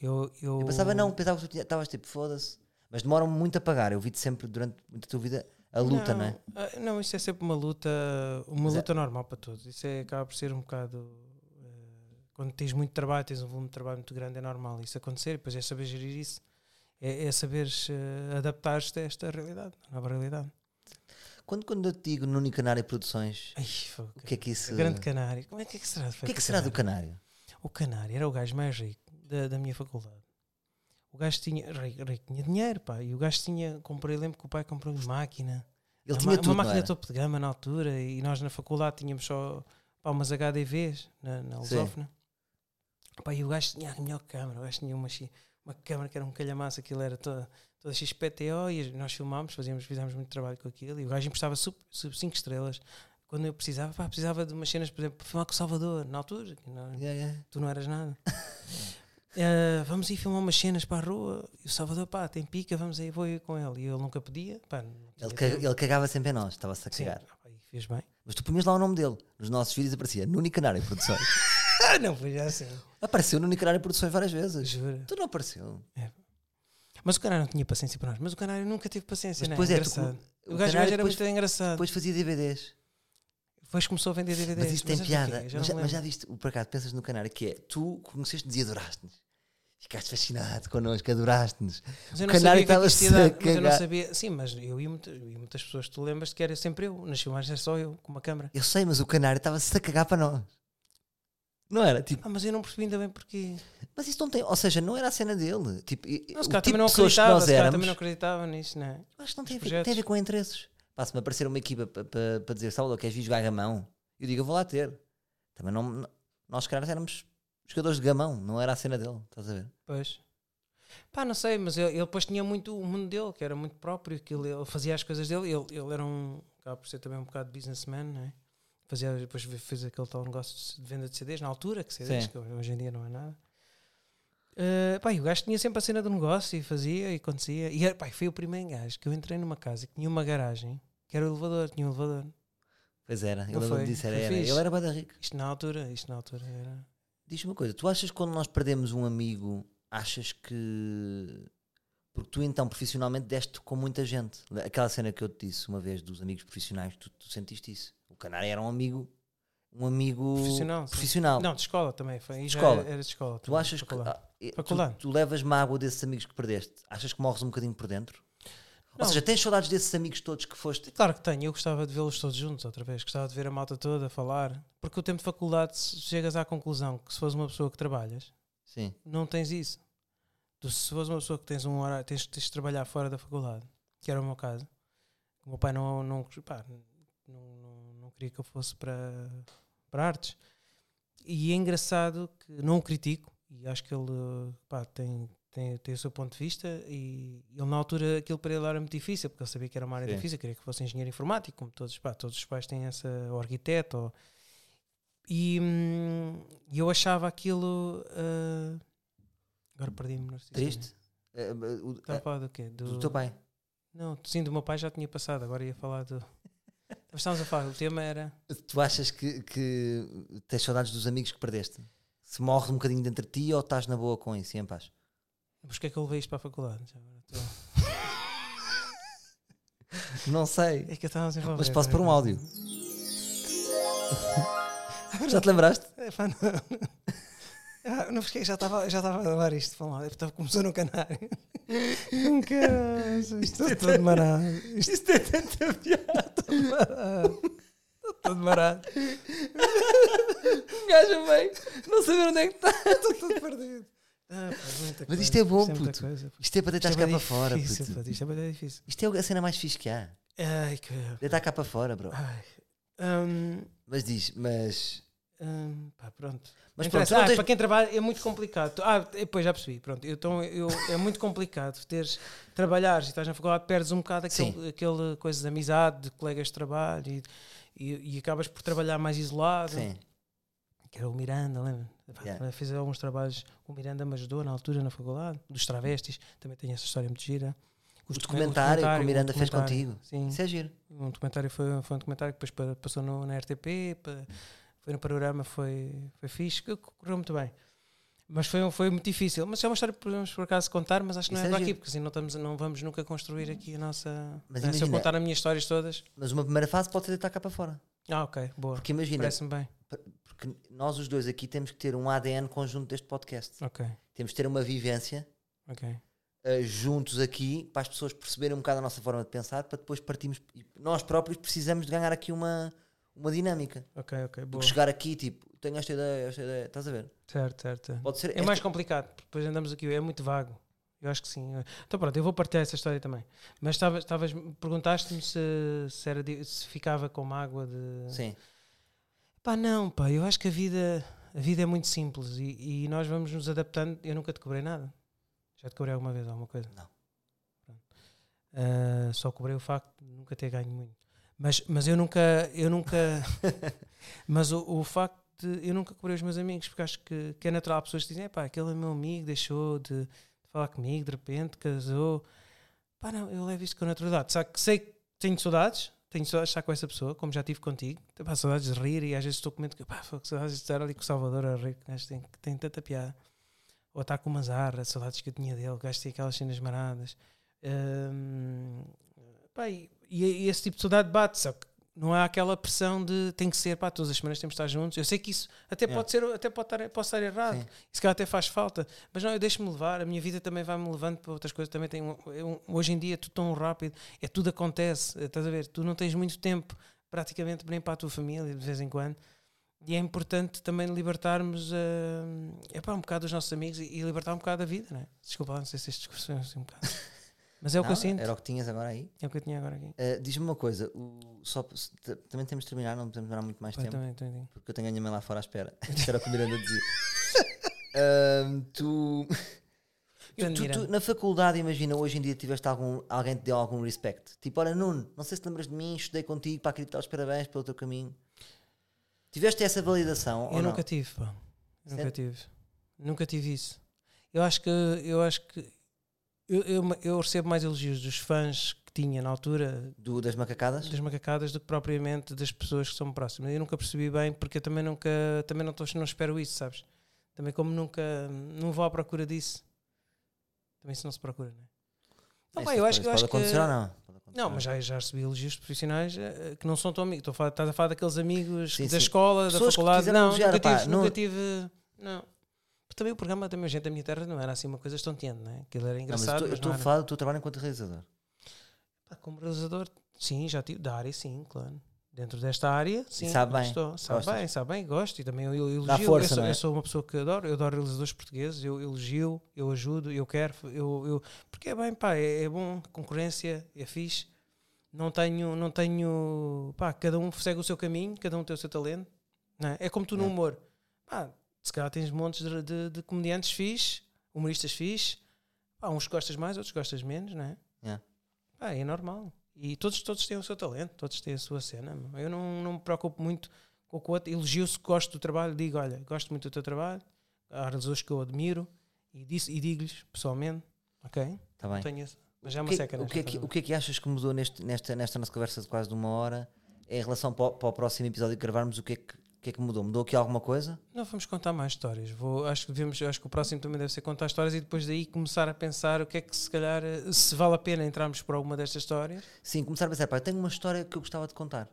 Eu, eu, Eu pensava não, pensava que tu tinha- estavas tipo, foda-se. Mas demoram muito a pagar. Eu vi-te sempre durante muita tua vida a luta, não, é? ah, não, isso é sempre uma luta, uma Mas é- luta normal para todos. Isso é, acaba por ser um bocado. eh, quando tens muito trabalho, tens um volume de trabalho muito grande, é normal isso acontecer, e depois é saber gerir isso. É, é saber adaptar-te a esta realidade, à nova realidade. Quando, quando eu te digo Nuno Canário Produções, Ai, fogo, o que é que isso. Grande Canário. Como é que, é que será? o que é que será do Canário? O Canário era o gajo mais rico da, da minha faculdade. O gajo tinha, rico, rico, tinha dinheiro, pá. E o gajo tinha, comprei, lembro que o pai comprou-lhe máquina. Ele uma, tinha É uma tudo. não máquina era? topo de gama na altura e nós na faculdade tínhamos só pá, umas HDVs na, na Sim. lusófona. Pá, e o gajo tinha a melhor câmara, o gajo tinha uma, chi- uma câmara que era um calhamaço, aquilo era toda, toda XPTO e nós filmámos, fazíamos, fizemos muito trabalho com aquilo e o gajo emprestava sub 5 estrelas. Quando eu precisava, pá, precisava de umas cenas, por exemplo, para filmar com o Salvador, na altura, que não- Yeah, yeah. tu não <laughs> eras nada. Eh, vamos ir filmar umas cenas para a rua e o Salvador, pá, tem pica, vamos aí, vou ir com ele. E ele nunca podia, pá, não tinha Ele, ca- tempo. ele cagava sempre em nós, estava-se a é- Sim, cagar. não, pá, e Fez bem. Mas tu punhas lá o nome dele. Nos nossos vídeos aparecia Nuno Canário Produções. Ah, não, foi já assim. apareceu Nuno Canário Produções várias vezes. Jura. Tu não apareceu. Mas o Canário não tinha paciência para nós. Mas o Canário nunca teve paciência, Mas não é? depois é, tu- Engraçado. o o gajo Canário gajo era depois- muito engraçado. Depois, Depois fazia DVDs. começou a vender DVDs. Mas isso tem sabes piada. porquê? Mas Já já, não me mas já lembro. viste, por acaso, pensas no Canário, que é tu conheceste-nos e adoraste-nos. Ficaste fascinado connosco, adoraste-nos. Mas o eu não Canário é sabia que estava-se existia a idade, mas eu não cagar. sabia. Sim, mas eu e, muita- eu e muitas pessoas, tu lembras-te que era sempre eu. Nas filmagens era só eu, com uma câmera. Eu sei, mas o Canário estava-se a cagar para nós. Não era? Tipo, Ah, mas eu não percebi ainda bem porquê. mas isso não tem. Ou seja, não era a cena dele. Tipo, e- Não, o se calhar tipo também de não pessoas que acreditava. nós Se calhar também éramos. não acreditava nisso, não é? Acho que não tem a ver, Os tem a ver projetos. com interesses. Pá, se me aparecer uma equipa para dizer, Salvador, queres vir jogar gamão? Eu digo, eu vou lá ter. Também não. não- Nós, caras, éramos jogadores de gamão, não era a cena dele, estás a ver? Pois. Pá, não sei, mas ele, ele depois tinha muito o mundo dele, que era muito próprio, que ele, ele fazia as coisas dele. Ele, ele era um. Acaba por ser também um bocado businessman, não é? Fazia, depois ve- fez aquele tal negócio de venda de CDs, na altura, que CDs, Sim. que hoje em dia não é nada. Eh, pá, e o gajo tinha sempre a cena do negócio e fazia e acontecia. E era, pá, e foi o primeiro gajo que eu entrei numa casa que tinha uma garagem, que era o elevador, tinha um elevador. Pois era, eu Não lembro-me foi? disso, era, Foi era. fixe. Ele era bada rico. Isto na altura, isto na altura era. Diz-me uma coisa, tu achas que quando nós perdemos um amigo, achas que. Porque tu então profissionalmente deste com muita gente. Aquela cena que eu te disse uma vez dos amigos profissionais, tu, tu sentiste isso. O Canário era um amigo. Um amigo. Profissional, sim. profissional. Não, de escola também. Foi, e já escola. Era, era de escola. Tu achas que. faculdade. ah, eh, tu, Faculdade. tu levas mágoa desses amigos que perdeste? Achas que morres um bocadinho por dentro? Ou Não. seja, tens saudades desses amigos todos que foste. Claro que tenho, eu gostava de vê-los todos juntos outra vez, gostava de ver a malta toda falar, porque o tempo de faculdade se chegas à conclusão que se fores uma pessoa que trabalhas, Sim. não tens isso. Tu, se fores uma pessoa que tens um horário, tens, tens de trabalhar fora da faculdade, que era o meu caso, o meu pai não, não, pá, não, não, não queria que eu fosse para, para artes. E é engraçado que não o critico, e acho que ele pá, tem, tem, tem o seu ponto de vista, e ele na altura aquilo para ele era muito difícil, porque ele sabia que era uma área Sim. difícil, queria que fosse engenheiro informático, como todos, pá, todos os pais têm essa, ou arquiteto, ou- e hum, e eu achava aquilo. ah, agora perdi-me. não sei se- Triste? Eh, o- Estava eh, a falar do quê? Do, do teu pai. Não, sim, do meu pai já tinha passado, agora ia falar <laughs> do. Mas estávamos a falar, o tema era. Tu achas que, que tens saudades dos amigos que perdeste? Se morre um bocadinho dentro de ti ou estás na boa com isso e em paz? Mas Porquê é que eu levei isto para a faculdade? Já <laughs> agora estou- Não sei. É que eu estava a desenvolver. Mas posso pôr um agora. áudio. <laughs> Já te lembraste? É, pá, não. <laughs> Ah, não fiquei, já estava, já estava a levar isto para lá. Estava- Começou no canário. Nunca. Isto é estou todo marado. Isto, é tanta piada. Estou marado. Estou todo marado. Um gajo bem, não saber onde é que está. Estou todo perdido. Ah, pá, muita Mas isto coisa. é bom, muita puto. coisa. Isto é para deitar cá bué para fora. difícil, puto. puto, Isto é bem difícil. Isto é a cena mais fixe que há. Ai, que. Deitar cá para fora, bro. Ai. Hum, Mas diz, mas. hum, pá, pronto. Mas Não pronto, interessa. Então, tu não tens- Ah, para quem trabalha é muito complicado. Tu- Ah, depois já percebi. Pronto, Eu- então eu, é muito complicado teres, trabalhares e estás na faculdade, perdes um bocado Sim. aquele, aquele coisa de amizade, de colegas de trabalho e, e, e acabas por trabalhar mais isolado. Sim. Que era o Miranda, lembra? Pá, Yeah. Fiz alguns trabalhos. O Miranda me ajudou na altura na faculdade, dos travestis. Também tenho essa história muito gira. O Os docu- documentário que o Miranda fez documentário, contigo. Sim. Isso é giro. um documentário foi, foi um documentário que depois pa- passou no, na RTP, pa- foi no panorama, foi, foi fixe, que correu muito bem. Mas foi, um- foi muito difícil. Mas é uma história que podemos por acaso contar, mas acho que não Isso é é para aqui, giro. porque assim não, estamos, não vamos nunca construir aqui a nossa. né, Mas se eu imagina- contar as minhas histórias todas. Mas uma primeira fase pode ser deitar cá para fora. Ah, ok, boa. Porque imagina, Parece-me bem. porque nós os dois aqui temos que ter um ADN conjunto deste podcast. Ok, Temos que ter uma vivência ok. uh, juntos aqui para as pessoas perceberem um bocado a nossa forma de pensar para depois partirmos. e Nós próprios precisamos de ganhar aqui uma, uma dinâmica. Ok, ok, Do boa. que chegar aqui, tipo, tenho esta ideia, esta ideia, estás a ver? Certo, certo. Pode ser. É esta- mais complicado, porque depois andamos aqui, é muito vago. Eu acho que sim. Então pronto, eu vou partilhar essa história também. Mas estava- estavas, perguntaste-me se, se, era di- se ficava com mágoa de. Sim. Pá, não, pá, eu acho que a vida, a vida é muito simples e, e nós vamos nos adaptando. Eu nunca te cobrei nada. Já te cobrei alguma vez alguma coisa? Não. Pronto. Ah, só cobrei o facto de nunca ter ganho muito. Mas, mas eu nunca, eu nunca, mas o, o facto de eu nunca cobrei os meus amigos, porque acho que, que é natural. Há pessoas que dizem, pá, aquele é meu amigo, deixou de, de falar comigo, de repente casou. Pá, não, eu levo isto com naturalidade. Sabe que sei que tenho saudades, tenho saudades de estar com essa pessoa, como já tive contigo. Pá, saudades de rir e às vezes estou com medo que pá, fogo, saudades de estar ali com o Salvador a rir, que o gajo tem, tem tanta piada. Ou está com o Mazar, saudades que eu tinha dele, o gajo tem aquelas cenas maradas. Hum, pá, e, e esse tipo de saudade bate, só que não há aquela pressão de tem que ser, pá, todas as semanas temos de estar juntos. Eu sei que isso até Yeah. pode ser, até pode estar, pode estar errado, Sim. isso que até faz falta, mas não, eu deixo-me levar, a minha vida também vai-me levando para outras coisas, também tem, um- é um- hoje em dia é tudo tão rápido, é tudo acontece, eh, estás a ver, tu não tens muito tempo praticamente nem para a tua família de vez em quando, e é importante também libertarmos eh, epá, um bocado dos nossos amigos e, e libertar um bocado da vida, não é? Desculpa, lá, não sei se este discurso é assim um <laughs> bocado, mas é o que eu Não, sinto, Era o que tinhas agora aí. é o que eu tinha agora aqui. Ah, Diz-me uma coisa, o- só, se- t- também temos de terminar, não podemos demorar muito mais Pá, tempo, também, também. porque eu tenho a minha mãe lá fora à espera. <laughs> Isto era o que o Miranda dizia. <laughs> Ahm, tu, tu- tu- Miranda. na faculdade, imagina, hoje em dia tiveste algum, alguém que te deu algum respect. Tipo, olha, Nuno, não sei se te lembras de mim, estudei contigo, para acreditar os parabéns pelo teu caminho. Tiveste essa validação? ou Eu não? nunca tive, pá. Eu Nunca Sério? tive. Nunca tive isso. Eu acho que eu acho que eu, eu, eu recebo mais elogios dos fãs que tinha na altura Do, das macacadas? das macacadas do que propriamente das pessoas que são me próximas. Eu nunca percebi bem porque eu também nunca também não, tô, não espero isso, sabes? Também como nunca não vou à procura disso. Também se não se procura, não é? Não, Estas pá, eu acho, coisas eu acho pode acontecer que ou não? Pode acontecer não, ou mas é já, já recebi elogios de profissionais eh, que não são tão amigos. Estou a falar, estás a falar daqueles amigos Sim, da sim. escola, da Pessoas que faculdade. quiseram Não, elogiar, nunca pá, tive, não- nunca tive. Não. Porque Também o programa também gente da minha terra não era assim uma coisa estonteante, não é? Aquilo era Não, mas engraçado. eu mas estou não a era. falar do teu trabalho enquanto realizador. Pá, Como realizador, sim, já tive. Da área, sim, claro. Dentro desta área, sim. sabe bem, Estou, sabe gostas? bem, sabe bem, gosto. E também eu elogio. Dá força, eu, sou, não é? eu sou uma pessoa que adoro. Eu adoro realizadores portugueses. Eu elogio, eu ajudo, eu quero. Eu, eu- porque é bem, pá, é, é bom. Concorrência, é fixe. Não tenho, não tenho. Pá, cada um segue o seu caminho, cada um tem o seu talento. não é? É como tu no É. humor. Pá, se calhar tens montes de, de- de comediantes fixe, humoristas fixe. Pá, uns gostas mais, outros gostas menos, não é? É. Pá, é normal. E todos, todos têm o seu talento, todos têm a sua cena. meu. Eu não, não me preocupo muito com o que o outro. Elogio-se, gosto do trabalho, digo: olha, gosto muito do teu trabalho, há realizadores que eu admiro e, disse- e digo-lhes pessoalmente, ok? Está Não tá bem. tenho esse- Mas já é O uma que, seca, o, nesta que é que, fase. o que é que achas que mudou neste, nesta, nesta nossa conversa de quase de uma hora em relação para o, para o próximo episódio que gravarmos? O que é que, o que é que mudou? Mudou aqui alguma coisa? Não vamos contar mais histórias. Vou, acho que devemos, acho que o próximo também deve ser contar histórias e depois daí começar a pensar o que é que se calhar eh, se vale a pena entrarmos por alguma destas histórias. Sim, começar a pensar, pá, eu tenho uma história que eu gostava de contar.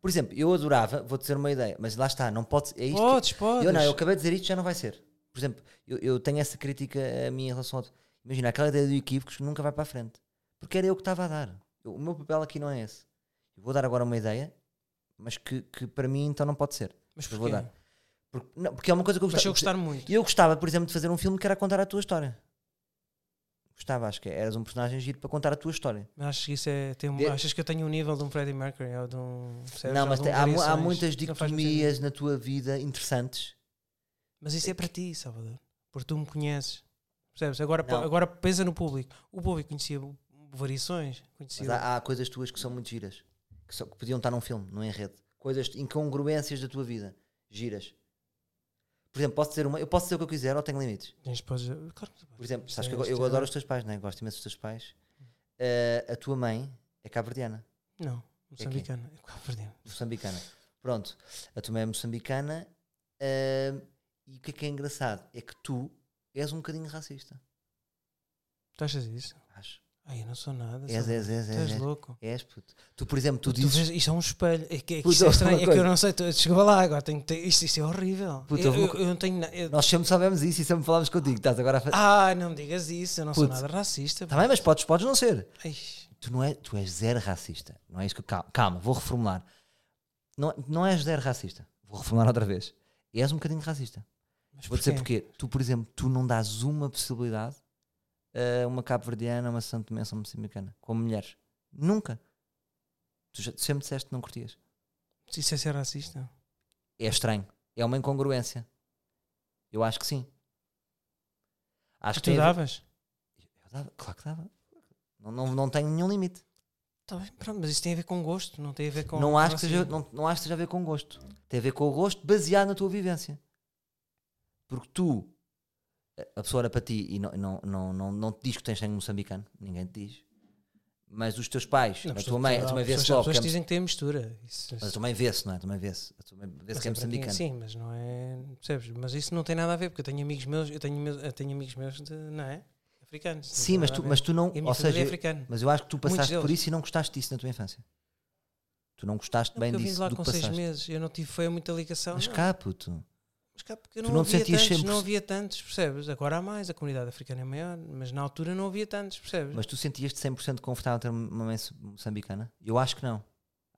Por exemplo, eu adorava, vou dizer uma ideia, mas lá está, não pode ser. É isto que- Podes, podes. eu não, eu acabei de dizer isto, já não vai ser. Por exemplo, eu, eu tenho essa crítica a mim em relação ao. Imagina, aquela ideia do equívocos nunca vai para a frente. Porque era eu que estava a dar. Eu- o meu papel aqui não é esse. Eu vou dar agora uma ideia, mas que, que para mim então não pode ser. Mas Eu vou porquê? dar. Porque, não, porque é uma coisa que eu Mas se gostava. eu gostar muito. Eu gostava, por exemplo, de fazer um filme que era contar a tua história. Gostava, acho que eras um personagem giro para contar a tua história. Mas Achas que, isso é, tem um- De- achas que eu tenho o nível de um Freddie Mercury ou de um. percebes? não, Ou mas de um tem- há, mu- há variações. muitas Não faz muito sentido. dicotomias na tua vida interessantes. Mas isso é para ti, Salvador. Porque tu me conheces. Percebes? Agora, Não. agora pensa no público. O público conhecia variações, Mas conhecia. há, há coisas tuas que são muito giras. Que, só- que podiam estar num filme, num enredo. Coisas, incongruências da tua vida. Giras. Por exemplo, posso dizer uma, eu posso dizer o que eu quiser ou tenho limites? Tens- podes- claro que tu Por podes. exemplo, sabes que Sim, Hum. eu, eu sim. adoro os teus pais, né? gosto imenso dos teus pais. Eh, a tua mãe é cabo-verdiana. Não, moçambicano. É cabo-verdiano. moçambicana. Pronto, a tua mãe é moçambicana ahm, e o que é que é engraçado é que tu és um bocadinho racista. Tu achas isso? Acho. Ai, eu não sou nada. És, Salvador. és, és, Tu és. és és. louco. És, puto. Tu, por exemplo, é, tu Tu dizes. vês- isto é um espelho. É que, é que Puta, isto é estranho. uma É que coisa. eu não sei. tu- Chegou lá agora. Tenho, que ter- isto, isto é horrível. Puta, eu, uma eu- co- eu não tenho nada. eu- Nós sempre sabemos isso e sempre falámos contigo. Estás agora a fazer. Ah, não me digas isso. Eu não sou Puta. nada racista. Está Tá bem, mas podes, podes não ser. Ai, Tu, não é, tu és zero racista. Não é isso que eu- calma, calma, vou reformular. Não, não és zero racista. Vou reformular outra vez. És um bocadinho racista. mas Vou dizer porquê? porquê. Tu, por exemplo, tu não dás uma possibilidade a uma cabo-verdiana, uma santo-mensa, uma moçambicana, como mulheres. Nunca. Tu já, sempre disseste que não curtias. Isso é ser racista. É estranho. É uma incongruência. Eu acho que sim. Acho que Tu tem a ver- davas? Eu dava, claro que dava. Não, não, não tenho nenhum limite. Tá bem, pronto, mas isso tem a ver com gosto, não tem a ver com. não, acho que racismo. seja, não, não acho que seja a ver com gosto. Tem a ver com o gosto baseado na tua vivência. Porque tu, eh, a- a pessoa olha para ti e não, não, não, não, não te diz que tens sangue moçambicano. Ninguém te diz. mas dos teus pais, Não, a mas tua mãe, a há tua mãe pessoas- vê-se há logo. pessoas que é- que dizem que tem mistura. Isso, Mas a tua mãe vê-se, não é? A tua mãe vê-se. A tua mãe vê-se que é Mas é para quem- moçambicano. Sim, mas não é. Percebes? Mas isso não tem nada a ver, porque eu tenho amigos meus, eu tenho, meus- eu tenho amigos meus de. Não é? Africanos. não Sim, tem mas nada tu, a ver. mas tu não. E a minha Ou família seja, é africana. mas eu acho que tu passaste por deles. isso e não gostaste disso na tua infância. Tu não gostaste Não, bem porque eu vim disso de lá do com que seis passaste. meses, eu não tive foi muita ligação. Mas não. cá, puto. Mas cá, porque eu tu não, não te havia sentias tantos, sempre- não havia tantos, percebes? Agora há mais, a comunidade africana é maior, mas na altura não havia tantos, percebes? Mas tu sentias-te 100% confortável a ter uma mãe moçambicana? Eu acho que não.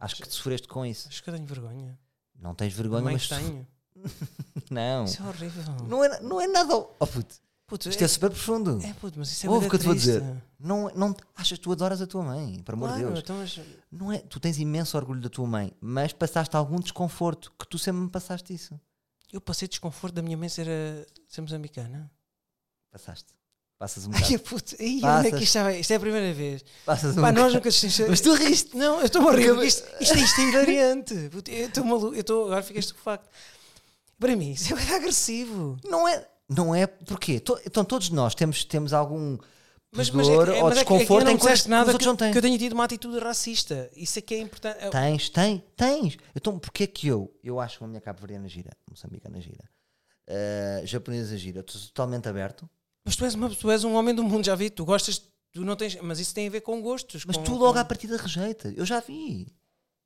Acho que te sofreste com isso. Acho que eu tenho vergonha. Não tens vergonha, Mãe mas. que tenho. <laughs> Não. Isso é horrível. Não é, não é nada. Oh, puto. Puto, Isto é super profundo. é, puto, mas isso é Ouve bué o que eu te vou triste. dizer. Não, é, não, achas que tu adoras a tua mãe, por amor de Claro, Deus. então, mas- Não é, tu tens imenso orgulho da tua mãe, mas passaste algum desconforto que tu sempre me passaste isso. eu passei desconforto da minha mãe ser, eh, ser moçambicana. Passaste. Passas <laughs> um Ai, bocado. puto, ai, onde é que Passas. isto já vai? Isto é a primeira vez. Passas um Pá, nós bocado. nunca assistimos. Mas tu riste. Não, eu estou a rir. Porque- porque Isto, isto, é- isto é hilariante. Puto, Eu estou maluco. Eu estou, agora fiquei estupefacto. Para mim, isso é bué agressivo. Não é, não é porquê? To- Então todos nós temos, temos algum Mas, pudor mas é, que- é, ou mas é que- é que eu desconforto não em coisas disseste que os nada outros que, não têm. Tá. que eu tenho tido uma atitude racista. Isso é que é importante. Eu- Tens, tem, tens. Então porquê é que eu, eu acho uma minha cabo-verdiana é gira, moçambicana gira, eh, japonesa gira, eu estou totalmente aberto, Mas tu és, uma- tu és um homem do mundo, já vi. Tu gostas, tu não tens. Mas isso tem a ver com gostos. mas com- tu logo com- à partida rejeitas. Eu já vi.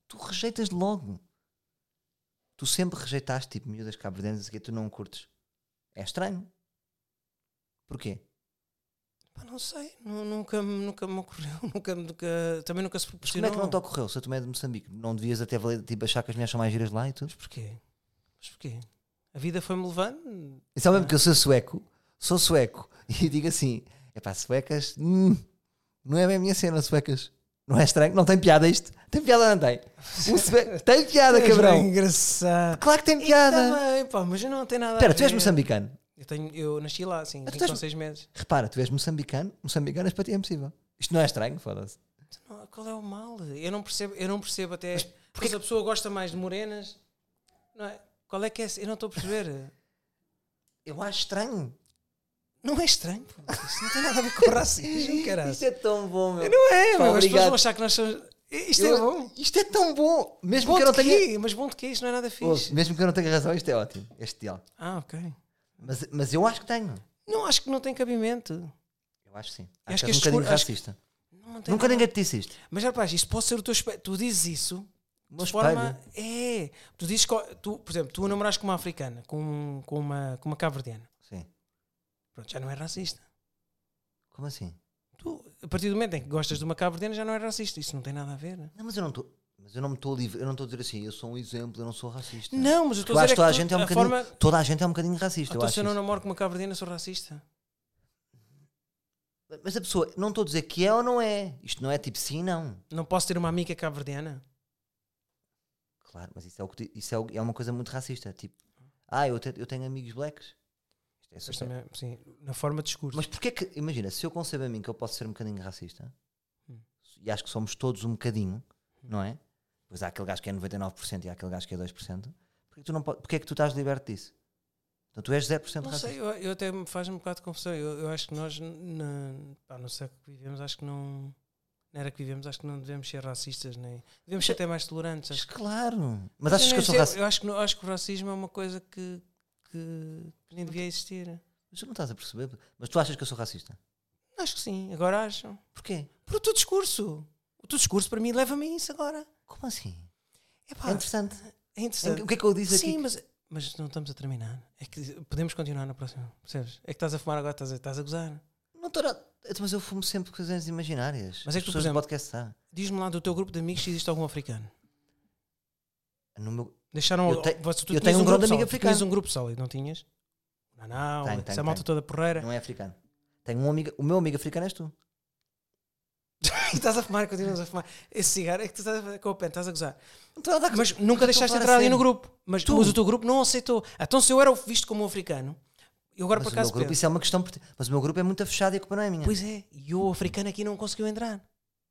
Tu rejeitas logo. Tu sempre rejeitaste, tipo, miúdas cabo-verdianas que tu não curtes. É estranho. Porquê? Pá, não sei. nu- Nunca, me- nunca me ocorreu. <laughs> Nunca, nunca, também nunca se Mas proporcionou. como é que não te ocorreu? Se eu tomei de Moçambique, não devias até valer, tipo, achar que as minhas são mais giras lá e tudo? Mas porquê? Mas porquê? A vida foi-me levando. E sabe mesmo que eu sou sueco, sou sueco <laughs> e digo assim: é pá, suecas, hum, não é bem a minha cena, suecas. Não é estranho? Não tem piada isto? Tem piada ou não tem? Um <laughs> sueco- Tem piada, É cabrão! engraçado. Claro que tem piada! Também, pá, mas eu não tenho nada. a Espera, tu és ver. moçambicano. Eu, tenho, eu nasci lá, assim, tu vim és- com seis meses. Repara, tu és moçambicano, moçambicanas para ti é impossível. Isto não é estranho, foda-se. Não, Qual é o mal? Eu não percebo, eu não percebo até. Porque a pessoa gosta mais de morenas? Não é? Qual é que é? esse- Eu não estou a perceber. Eu acho estranho. Não é estranho, pô. Isso não tem nada a ver com <laughs> racismo, caralho. Isto é tão bom, meu. Não é, Pá, meu, as pessoas obrigado. vão achar que nós somos. Isto Eu- é bom. Isto é tão bom! Mesmo Bom que eu de não tenha. quê? Mas bom de quê? Isto não é nada Ouve, fixe. Mesmo que eu não tenha razão, isto é ótimo, este diálogo. Ah, ok. Mas, mas eu acho que tenho. Não, acho que não tem cabimento. Eu acho que sim. Acho Acho, que que és um este bocadinho discurso- acho que- racista. Não tem Nunca nada- ninguém te disse isto. Mas rapaz, isso pode ser o teu espelho. Tu dizes isso Meu de forma. É. Tu dizes. que- Tu, por exemplo, tu namoraste com uma africana, com, com uma, com uma caverdiana. Sim. Pronto, já não é racista. Como assim? Tu, a partir do momento em que gostas de uma caverdiana, já não é racista. Isso não tem nada a ver. né? Não, mas eu não estou. Mas eu não me estou livre. Eu não estou a dizer assim, eu sou um exemplo, eu não sou racista. Não, mas eu Porque estou eu a acho dizer que toda a tu- gente é um a bocadinho. forma, Toda a gente é um bocadinho Ah, racista. eu então, acho se eu não isso. namoro com uma caverdiana, sou racista. Mas a pessoa, não estou a dizer que é ou não é. Isto não é tipo sim, não. Não posso ter uma amiga caverdiana? Claro, mas isso é, o que, ti- isso é, o- é uma coisa muito racista. Tipo, ah, eu, te- eu tenho amigos blacks. Isto é Mas super- também, sim, na forma de discurso. Mas porquê que, imagina, se eu concebo a mim que eu posso ser um bocadinho racista, Hum. e acho que somos todos um bocadinho, não é? Pois há aquele gajo que é 99% e há aquele gajo que é 2%, porquê que tu, não po- porquê que tu estás liberto disso? Então tu és 0% não racista. sei, eu, eu até me faz-me um bocado de confusão. Eu, eu acho que nós, na, pá, no século que vivemos, acho que não. Na era que vivemos, acho que não devemos ser racistas, nem. Devemos ser até mais tolerantes. Mas Acho. claro. Mas achas que eu sou nem- racista? eu acho que, não- acho que o racismo é uma coisa que, que, que nem devia existir. Mas tu não estás a perceber. Mas tu achas que eu sou racista? Acho que sim, agora acho. Porquê? Por o teu discurso. O teu discurso para mim leva-me a isso agora. Como assim? Epá, é interessante. é interessante. O que é que eu disse Sim, aqui? mas, mas não estamos a terminar. É que podemos continuar na próxima, percebes? É que estás a fumar agora, estás a, estás a gozar. Não estou a... Então, Mas eu fumo sempre coisas imaginárias. Mas é As que tu, por pessoas do exemplo- podcast tá. Diz-me lá do teu grupo de amigos se existe algum africano. No meu... Deixaram Eu te- você- tu eu tinhas tenho um grande grupo amigo sólido, africano. Tinhas um grupo sólido, não tinhas? Não, não, Tenho, essa tenho, malta tenho. toda porreira. Não é africano. Tenho um amigo... O meu amigo africano és tu. E <laughs> estás a fumar, continuas a fumar. Esse cigarro é que tu estás a fazer com o pé, estás a gozar. Não estou a dar- Mas estou nunca a deixaste falar a entrar ali sério. no grupo. Mas, Tu. mas o teu grupo não aceitou. Então se eu era visto como um africano, eu agora Mas por o meu acaso grupo, penso, isso é uma questão. por ti- Mas o meu grupo é muito fechado e a culpa não é minha. Pois é, e o africano aqui não conseguiu entrar.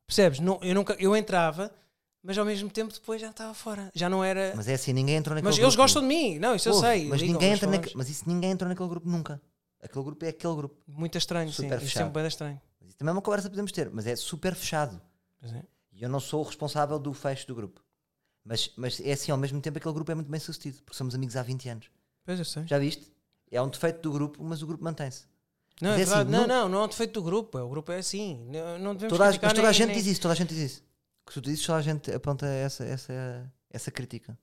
Percebes? Não, eu, nunca, eu entrava, mas ao mesmo tempo depois já estava fora. Já não era. Mas, Mas é assim, ninguém entrou naquele grupo. eles gostam de mim, não, isso Ouve, eu sei. Mas, ligam, ninguém nós entra naque- falamos. mas isso ninguém entrou naquele grupo nunca. Aquele grupo é aquele grupo. Muito estranho, Super sim. Isso fechado. sempre bem estranho. Mas isso também é uma conversa que podemos ter, mas é super fechado. Pois é. E eu não sou o responsável do fecho do grupo. Mas, mas é assim, ao mesmo tempo, aquele grupo é muito bem sucedido, porque somos amigos há 20 anos. Pois eu sei. Já viste? É um defeito do grupo, mas o grupo mantém-se. Não, é Mas é assim, verdade. não, não- não, não é um defeito do grupo. é, O grupo é assim. Não, não devemos Toda a, criticar mas toda a nem- gente nem- diz isso, toda a gente diz isso. O que tu dizes, toda a gente aponta essa, essa, essa crítica.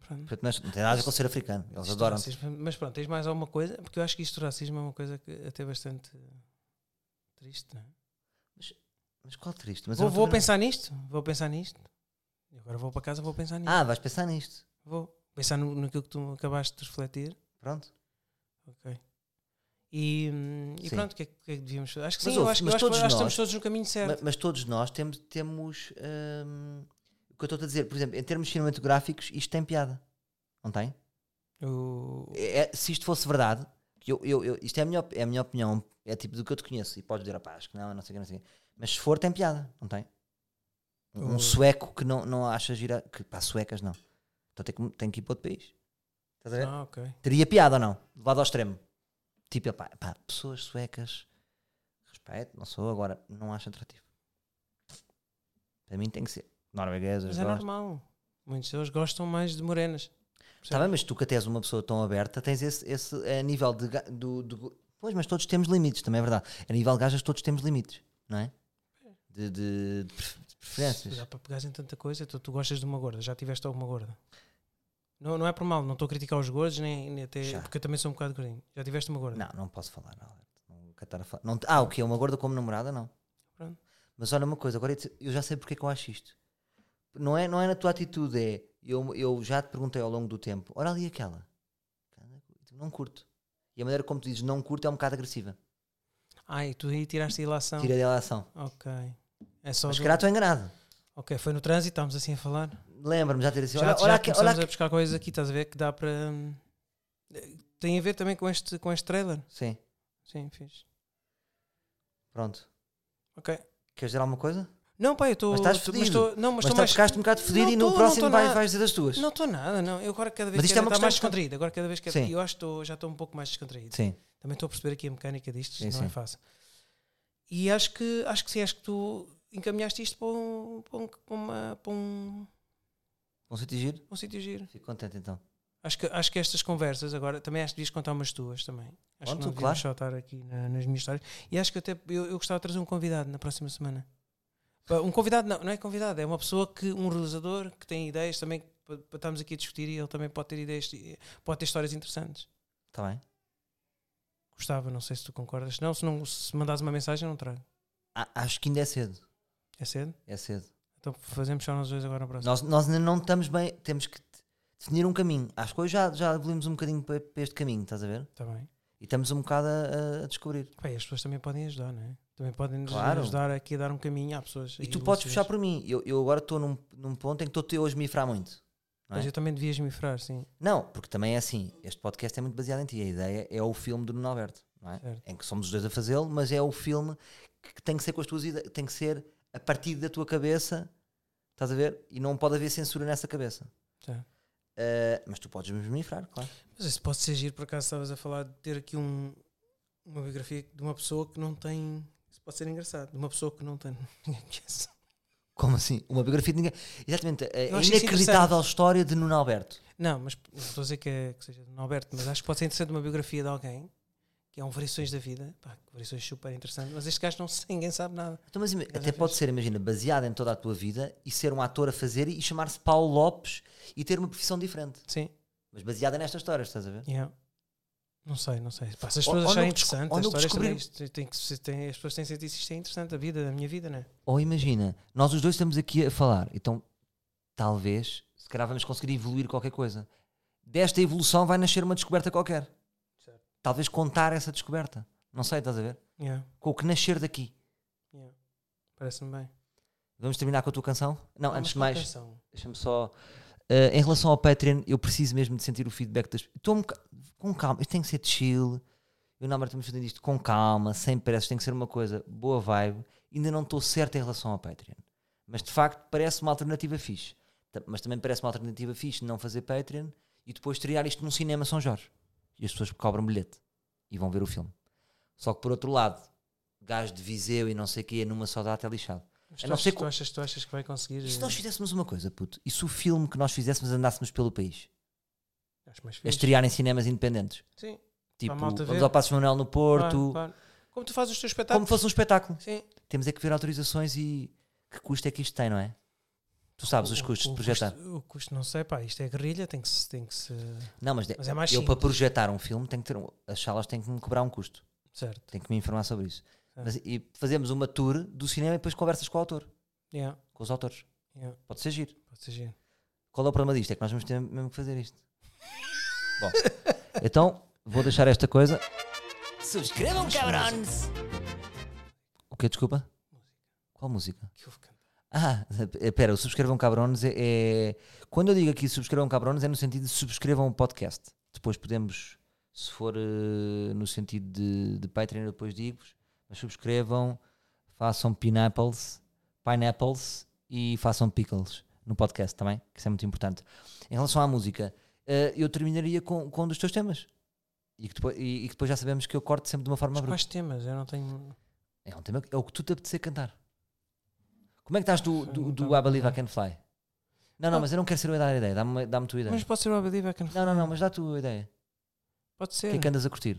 Pronto. Portanto, mas não tem nada a ver com ser africano, eles Isto do adoram. racismo, Mas pronto, tens mais alguma coisa? Porque eu acho que isto do racismo é uma coisa que até bastante triste, não é? Mas qual triste? Mas é eu vou não vou tô- pensar nisto, vou pensar nisto. E Agora vou para casa, vou pensar nisto. Ah, vais pensar nisto. Vou pensar no, naquilo que tu acabaste de refletir. Pronto. Ok. E, hum, e Sim. pronto, o que, é, que- o que é que devíamos fazer? Acho que Mas sim, eu ouve, acho, que- mas eu acho que- todos acho que nós- estamos todos no caminho Ma- certo. Mas, todos nós temos. temos hum, o que eu estou a dizer, por exemplo, em termos cinematográficos, isto tem piada. Não tem? O- É- se isto fosse verdade, que eu, eu, eu- isto é a, minha, op- é a minha opinião, é tipo do que eu te conheço, e podes dizer, "Opá, acho que não, não sei o que, não sei o quê." Mas se for, tem piada, não tem? Um, um Oh. sueco que não, não acha gira, que pá, suecas não. Então tem que, tem que ir para outro país. Estás a ver? Ah, ok. Teria piada ou não? Levado ao extremo. Tipo, pá, pá, pessoas suecas, respeito, não sou agora, não acho atrativo. Para mim tem que ser. Norueguesas, Mas é gostam. normal. Muitos deles gostam mais de morenas. Tá bem, mas tu que até és uma pessoa tão aberta, tens esse, esse eh, nível de, ga- do, do- Pois, mas todos temos limites, também é verdade. A nível de gajas, todos temos limites, não é? De, de- de pref- de preferências. Dá para pegares em tanta coisa. Tu, tu gostas de uma gorda, já tiveste alguma gorda. Não, não é por mal, não estou a criticar os gordos, nem, nem até, Já. porque eu também sou um bocado gordinho. Já tiveste uma gorda? Não, não posso falar, não. Não quero estar a falar. Não te- ah, o que é uma gorda como namorada? Não. Pronto. Mas olha uma coisa, agora eu te- eu já sei porque é que eu acho isto. Não é, não é na tua atitude, é. Eu, eu já te perguntei ao longo do tempo, olha ali aquela. Não curto. E a maneira como tu dizes não curto é um bocado agressiva. Ai, Ah, tu aí tiraste a ilação. Tira dela a ação. Ok. É só Mas se do- calhar estou enganado. Ok, foi no trânsito, estávamos assim a falar. Lembra-me já ter assim, Já, olha, já olha, aqui- começamos olha a aqui. buscar coisas aqui, estás a ver que dá para. hum, eh, Tem a ver também com este, com este trailer. Sim, Sim, fiz. pronto. Ok. Queres dizer alguma coisa? Não, pá, eu estou. Mas estás estou- fedido. estou- Não, mas Mas, estou tá- mais. ficaste um bocado fedido Não e no tô, não próximo tô vai, nada. vais dizer as tuas. Não estou nada, não. Eu agora cada vez Mas que isto é uma está mais questão- descontraído. Agora cada vez que Sim. eu acho que estou- já estou um pouco mais descontraído. Sim, Também estou a perceber aqui a mecânica disto, Sim, não é sim. fácil. E acho que acho que sim, acho que tu encaminhaste isto para um, para um, para uma- para um, vão se atingir? um sítio giro. Fico contente então. Acho que, acho que estas conversas agora também acho que devias contar umas tuas também. Acho Conto, que não devíamos claro. só estar aqui na- nas minhas histórias. E acho que até eu, eu gostava de trazer um convidado na próxima semana. Pá, Um convidado não, não é convidado, é uma pessoa que, um realizador que tem ideias também para para estarmos aqui a discutir e ele também pode ter ideias, pode ter histórias interessantes. Está Tá bem. Gostava, não sei se tu concordas. Não, se, não, se mandares uma mensagem, eu não trago. A- acho que ainda é cedo. É cedo? É cedo. Então fazemos só nós dois agora na próxima. Nós, nós ainda não estamos bem, temos que te- definir um caminho. Acho que hoje já, já evoluímos um bocadinho para, para este caminho, estás a ver? Está Tá bem. E estamos um bocado a- a, a descobrir. Pá, e as pessoas também podem ajudar, não é? Também podem nos Claro. ajudar aqui a dar um caminho. Há pessoas. E tu podes puxar puxar por mim. Eu, eu agora estou num, num ponto em que estou hoje a me ifrar muito. não é? Mas eu também devias me furar, sim. Não, porque também é assim, este podcast é muito baseado em ti. A ideia é o filme do Nuno Alberto, não é? Certo. Em que somos os dois a fazê-lo, mas é o filme que tem que ser com as tuas ideias, tem que ser a partir da tua cabeça, estás a ver? E não pode haver censura nessa cabeça. Certo. Ah, mas tu podes me infrar, claro. Mas isso pode ser giro, por acaso estavas a falar de ter aqui um, uma biografia de uma pessoa que não tem. Isso pode ser engraçado. De uma pessoa que não tem. <laughs> ninguém conhece. Como assim? Uma biografia de ninguém. Exatamente, a a acho isso inacreditável história de Nuno Alberto. não, mas não estou a dizer que, é, que seja de Alberto, mas acho que pode ser interessante uma biografia de alguém que é um Variações da Vida. Pá, que variações super interessante. Mas este gajo não se, ninguém sabe nada. Então, mas, ima- Mas até às pode vezes- ser, imagina, baseada em toda a tua vida e ser um ator a fazer e chamar-se Paulo Lopes e ter uma profissão diferente. Sim. Mas baseada nestas histórias, estás a ver? Yeah. Não sei, não sei. Pá, se as Ou- pessoas ou acharem não desco- interessante, ou as não histórias também, descobrir- isto tem que, se tem, as pessoas têm sentido isto é interessante, a vida, a minha vida, não é? Ou imagina, nós os dois estamos aqui a falar, então talvez, se calhar vamos conseguir evoluir qualquer coisa. Desta evolução vai nascer uma descoberta qualquer. Certo. Talvez contar essa descoberta. Não sei, estás a ver? Yeah, Com o que nascer daqui. yeah. Parece-me bem. Vamos terminar com a tua canção? Não, Ah, mas antes de que mais, canção? deixa-me só. eh, em relação ao Patreon, eu preciso mesmo de sentir o feedback das Estou um boca- com calma, isto tem que ser chill. Eu não estamos fazendo isto com calma, sem pressas, tem que ser uma coisa boa vibe. Ainda não estou certo em relação ao Patreon. Mas de facto parece uma alternativa fixe. Ta- Mas também parece uma alternativa fixe não fazer Patreon e depois estrear isto num cinema São Jorge. E as pessoas cobram bilhete e vão ver o filme. Só que por outro lado, gajo de Viseu e não sei o quê, numa só data é lixado. Mas A tu, não ser achas, co- tu, achas, tu achas que vai conseguir? E se eh, nós fizéssemos uma coisa, puto? E se o filme que nós fizéssemos andássemos pelo país? Acho mais A fixe. estrear em cinemas independentes? Sim, Tipo, malta vamos ver. ao Passos Manuel no Porto. claro, claro. Como tu fazes os teus Como espetáculos? fosse um espetáculo. Sim. Temos é que ver autorizações e que custo é que isto tem, não é? Tu sabes os O- custos o de projetar. custo- o custo, não sei, pá, isto é guerrilha, tem que se. Tem que se Não, mas, de- Mas é mais eu simples. para projetar um filme tenho que ter um- as salas têm que me cobrar um custo, certo. tenho que me informar sobre isso. Ah. Mas- e fazemos uma tour do cinema e depois conversas com o autor, Yeah, com os autores. yeah, Pode ser giro. pode ser giro. Qual é o problema disto? É que nós vamos ter mesmo que fazer isto. Bom, então vou deixar esta coisa. Subscrevam, cabrões! O que desculpa? Qual música? Que eu vou cantar. Ah, espera, o subscrevam cabrones é, é- Quando eu digo aqui subscrevam cabrones é no sentido de subscrevam o podcast. Depois podemos, se for eh, no sentido de, de Patreon, eu depois digo-vos. Mas subscrevam, façam pineapples, pineapples e façam pickles no podcast também, que isso é muito importante. Em relação à música, eh, eu terminaria com, com um dos teus temas. E que, depois, e- e que depois já sabemos que eu corto sempre de uma forma Mas bruta. quais temas? Eu não tenho. É um tema que- é o que tu te apetecer cantar. Como é que estás do, do, Não do tava I Believe I tá bem. Can Fly? Não, não, Ah. mas eu não quero ser eu a dar a ideia. Dá-me dá tua ideia. Mas pode ser o Abadiva Can. Não, não, não, mas dá a tua ideia. Pode O ser. que é que andas a curtir?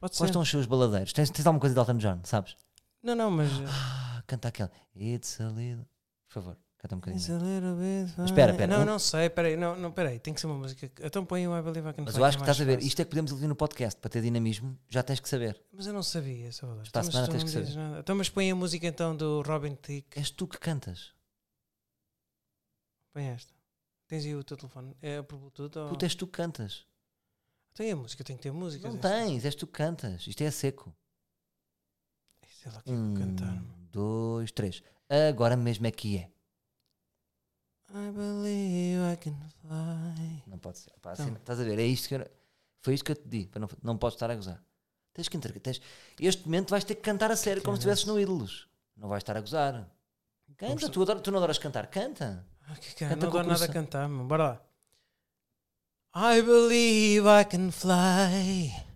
Pode ser. Quais estão os seus baladeiros? Tens, tens alguma coisa de Elton John, sabes? Não, não, mas. eh, Ah, canta aquela. It's a little... Por favor, canta um It's bocadinho. a little bit fine. espera, espera, Não, um- não sei, peraí, não, não, peraí, tem que ser uma música. que- Então põe o I Believe I Can Mas Fly, eu acho é que mais estás a ver. fácil. Isto é que podemos ouvir no podcast. Para ter dinamismo, já tens que saber. Mas eu não sabia, Salvador. Esta Então, mas semana tu tens não que me dizes nada. Então, mas põe a música então do Robin Thicke. És tu que cantas. Põe esta. Tens aí o teu telefone? É por Bluetooth? Ou... Puta, és tu que cantas. Tem a música, tem que ter música. Não tens, és tu que cantas. Isto é a seco. Sei lá o que é que Um, vou cantar. dois, três. Agora mesmo é que é. I believe I can fly. Não pode ser. Pá, Então. assim, estás a ver? É isto que eu não- Foi isto que eu te di. para Não, não podes estar a gozar. Tens que entregar. Tens... Este momento vais ter que cantar a sério, como se estivesses no ídolos. Não vais estar a gozar. Canta, Vamos- tu, adora- tu não adoras cantar, canta. Ah, que cara, Canta não com dá o nada a coração. cantar, meu. Bora lá. I believe I can fly.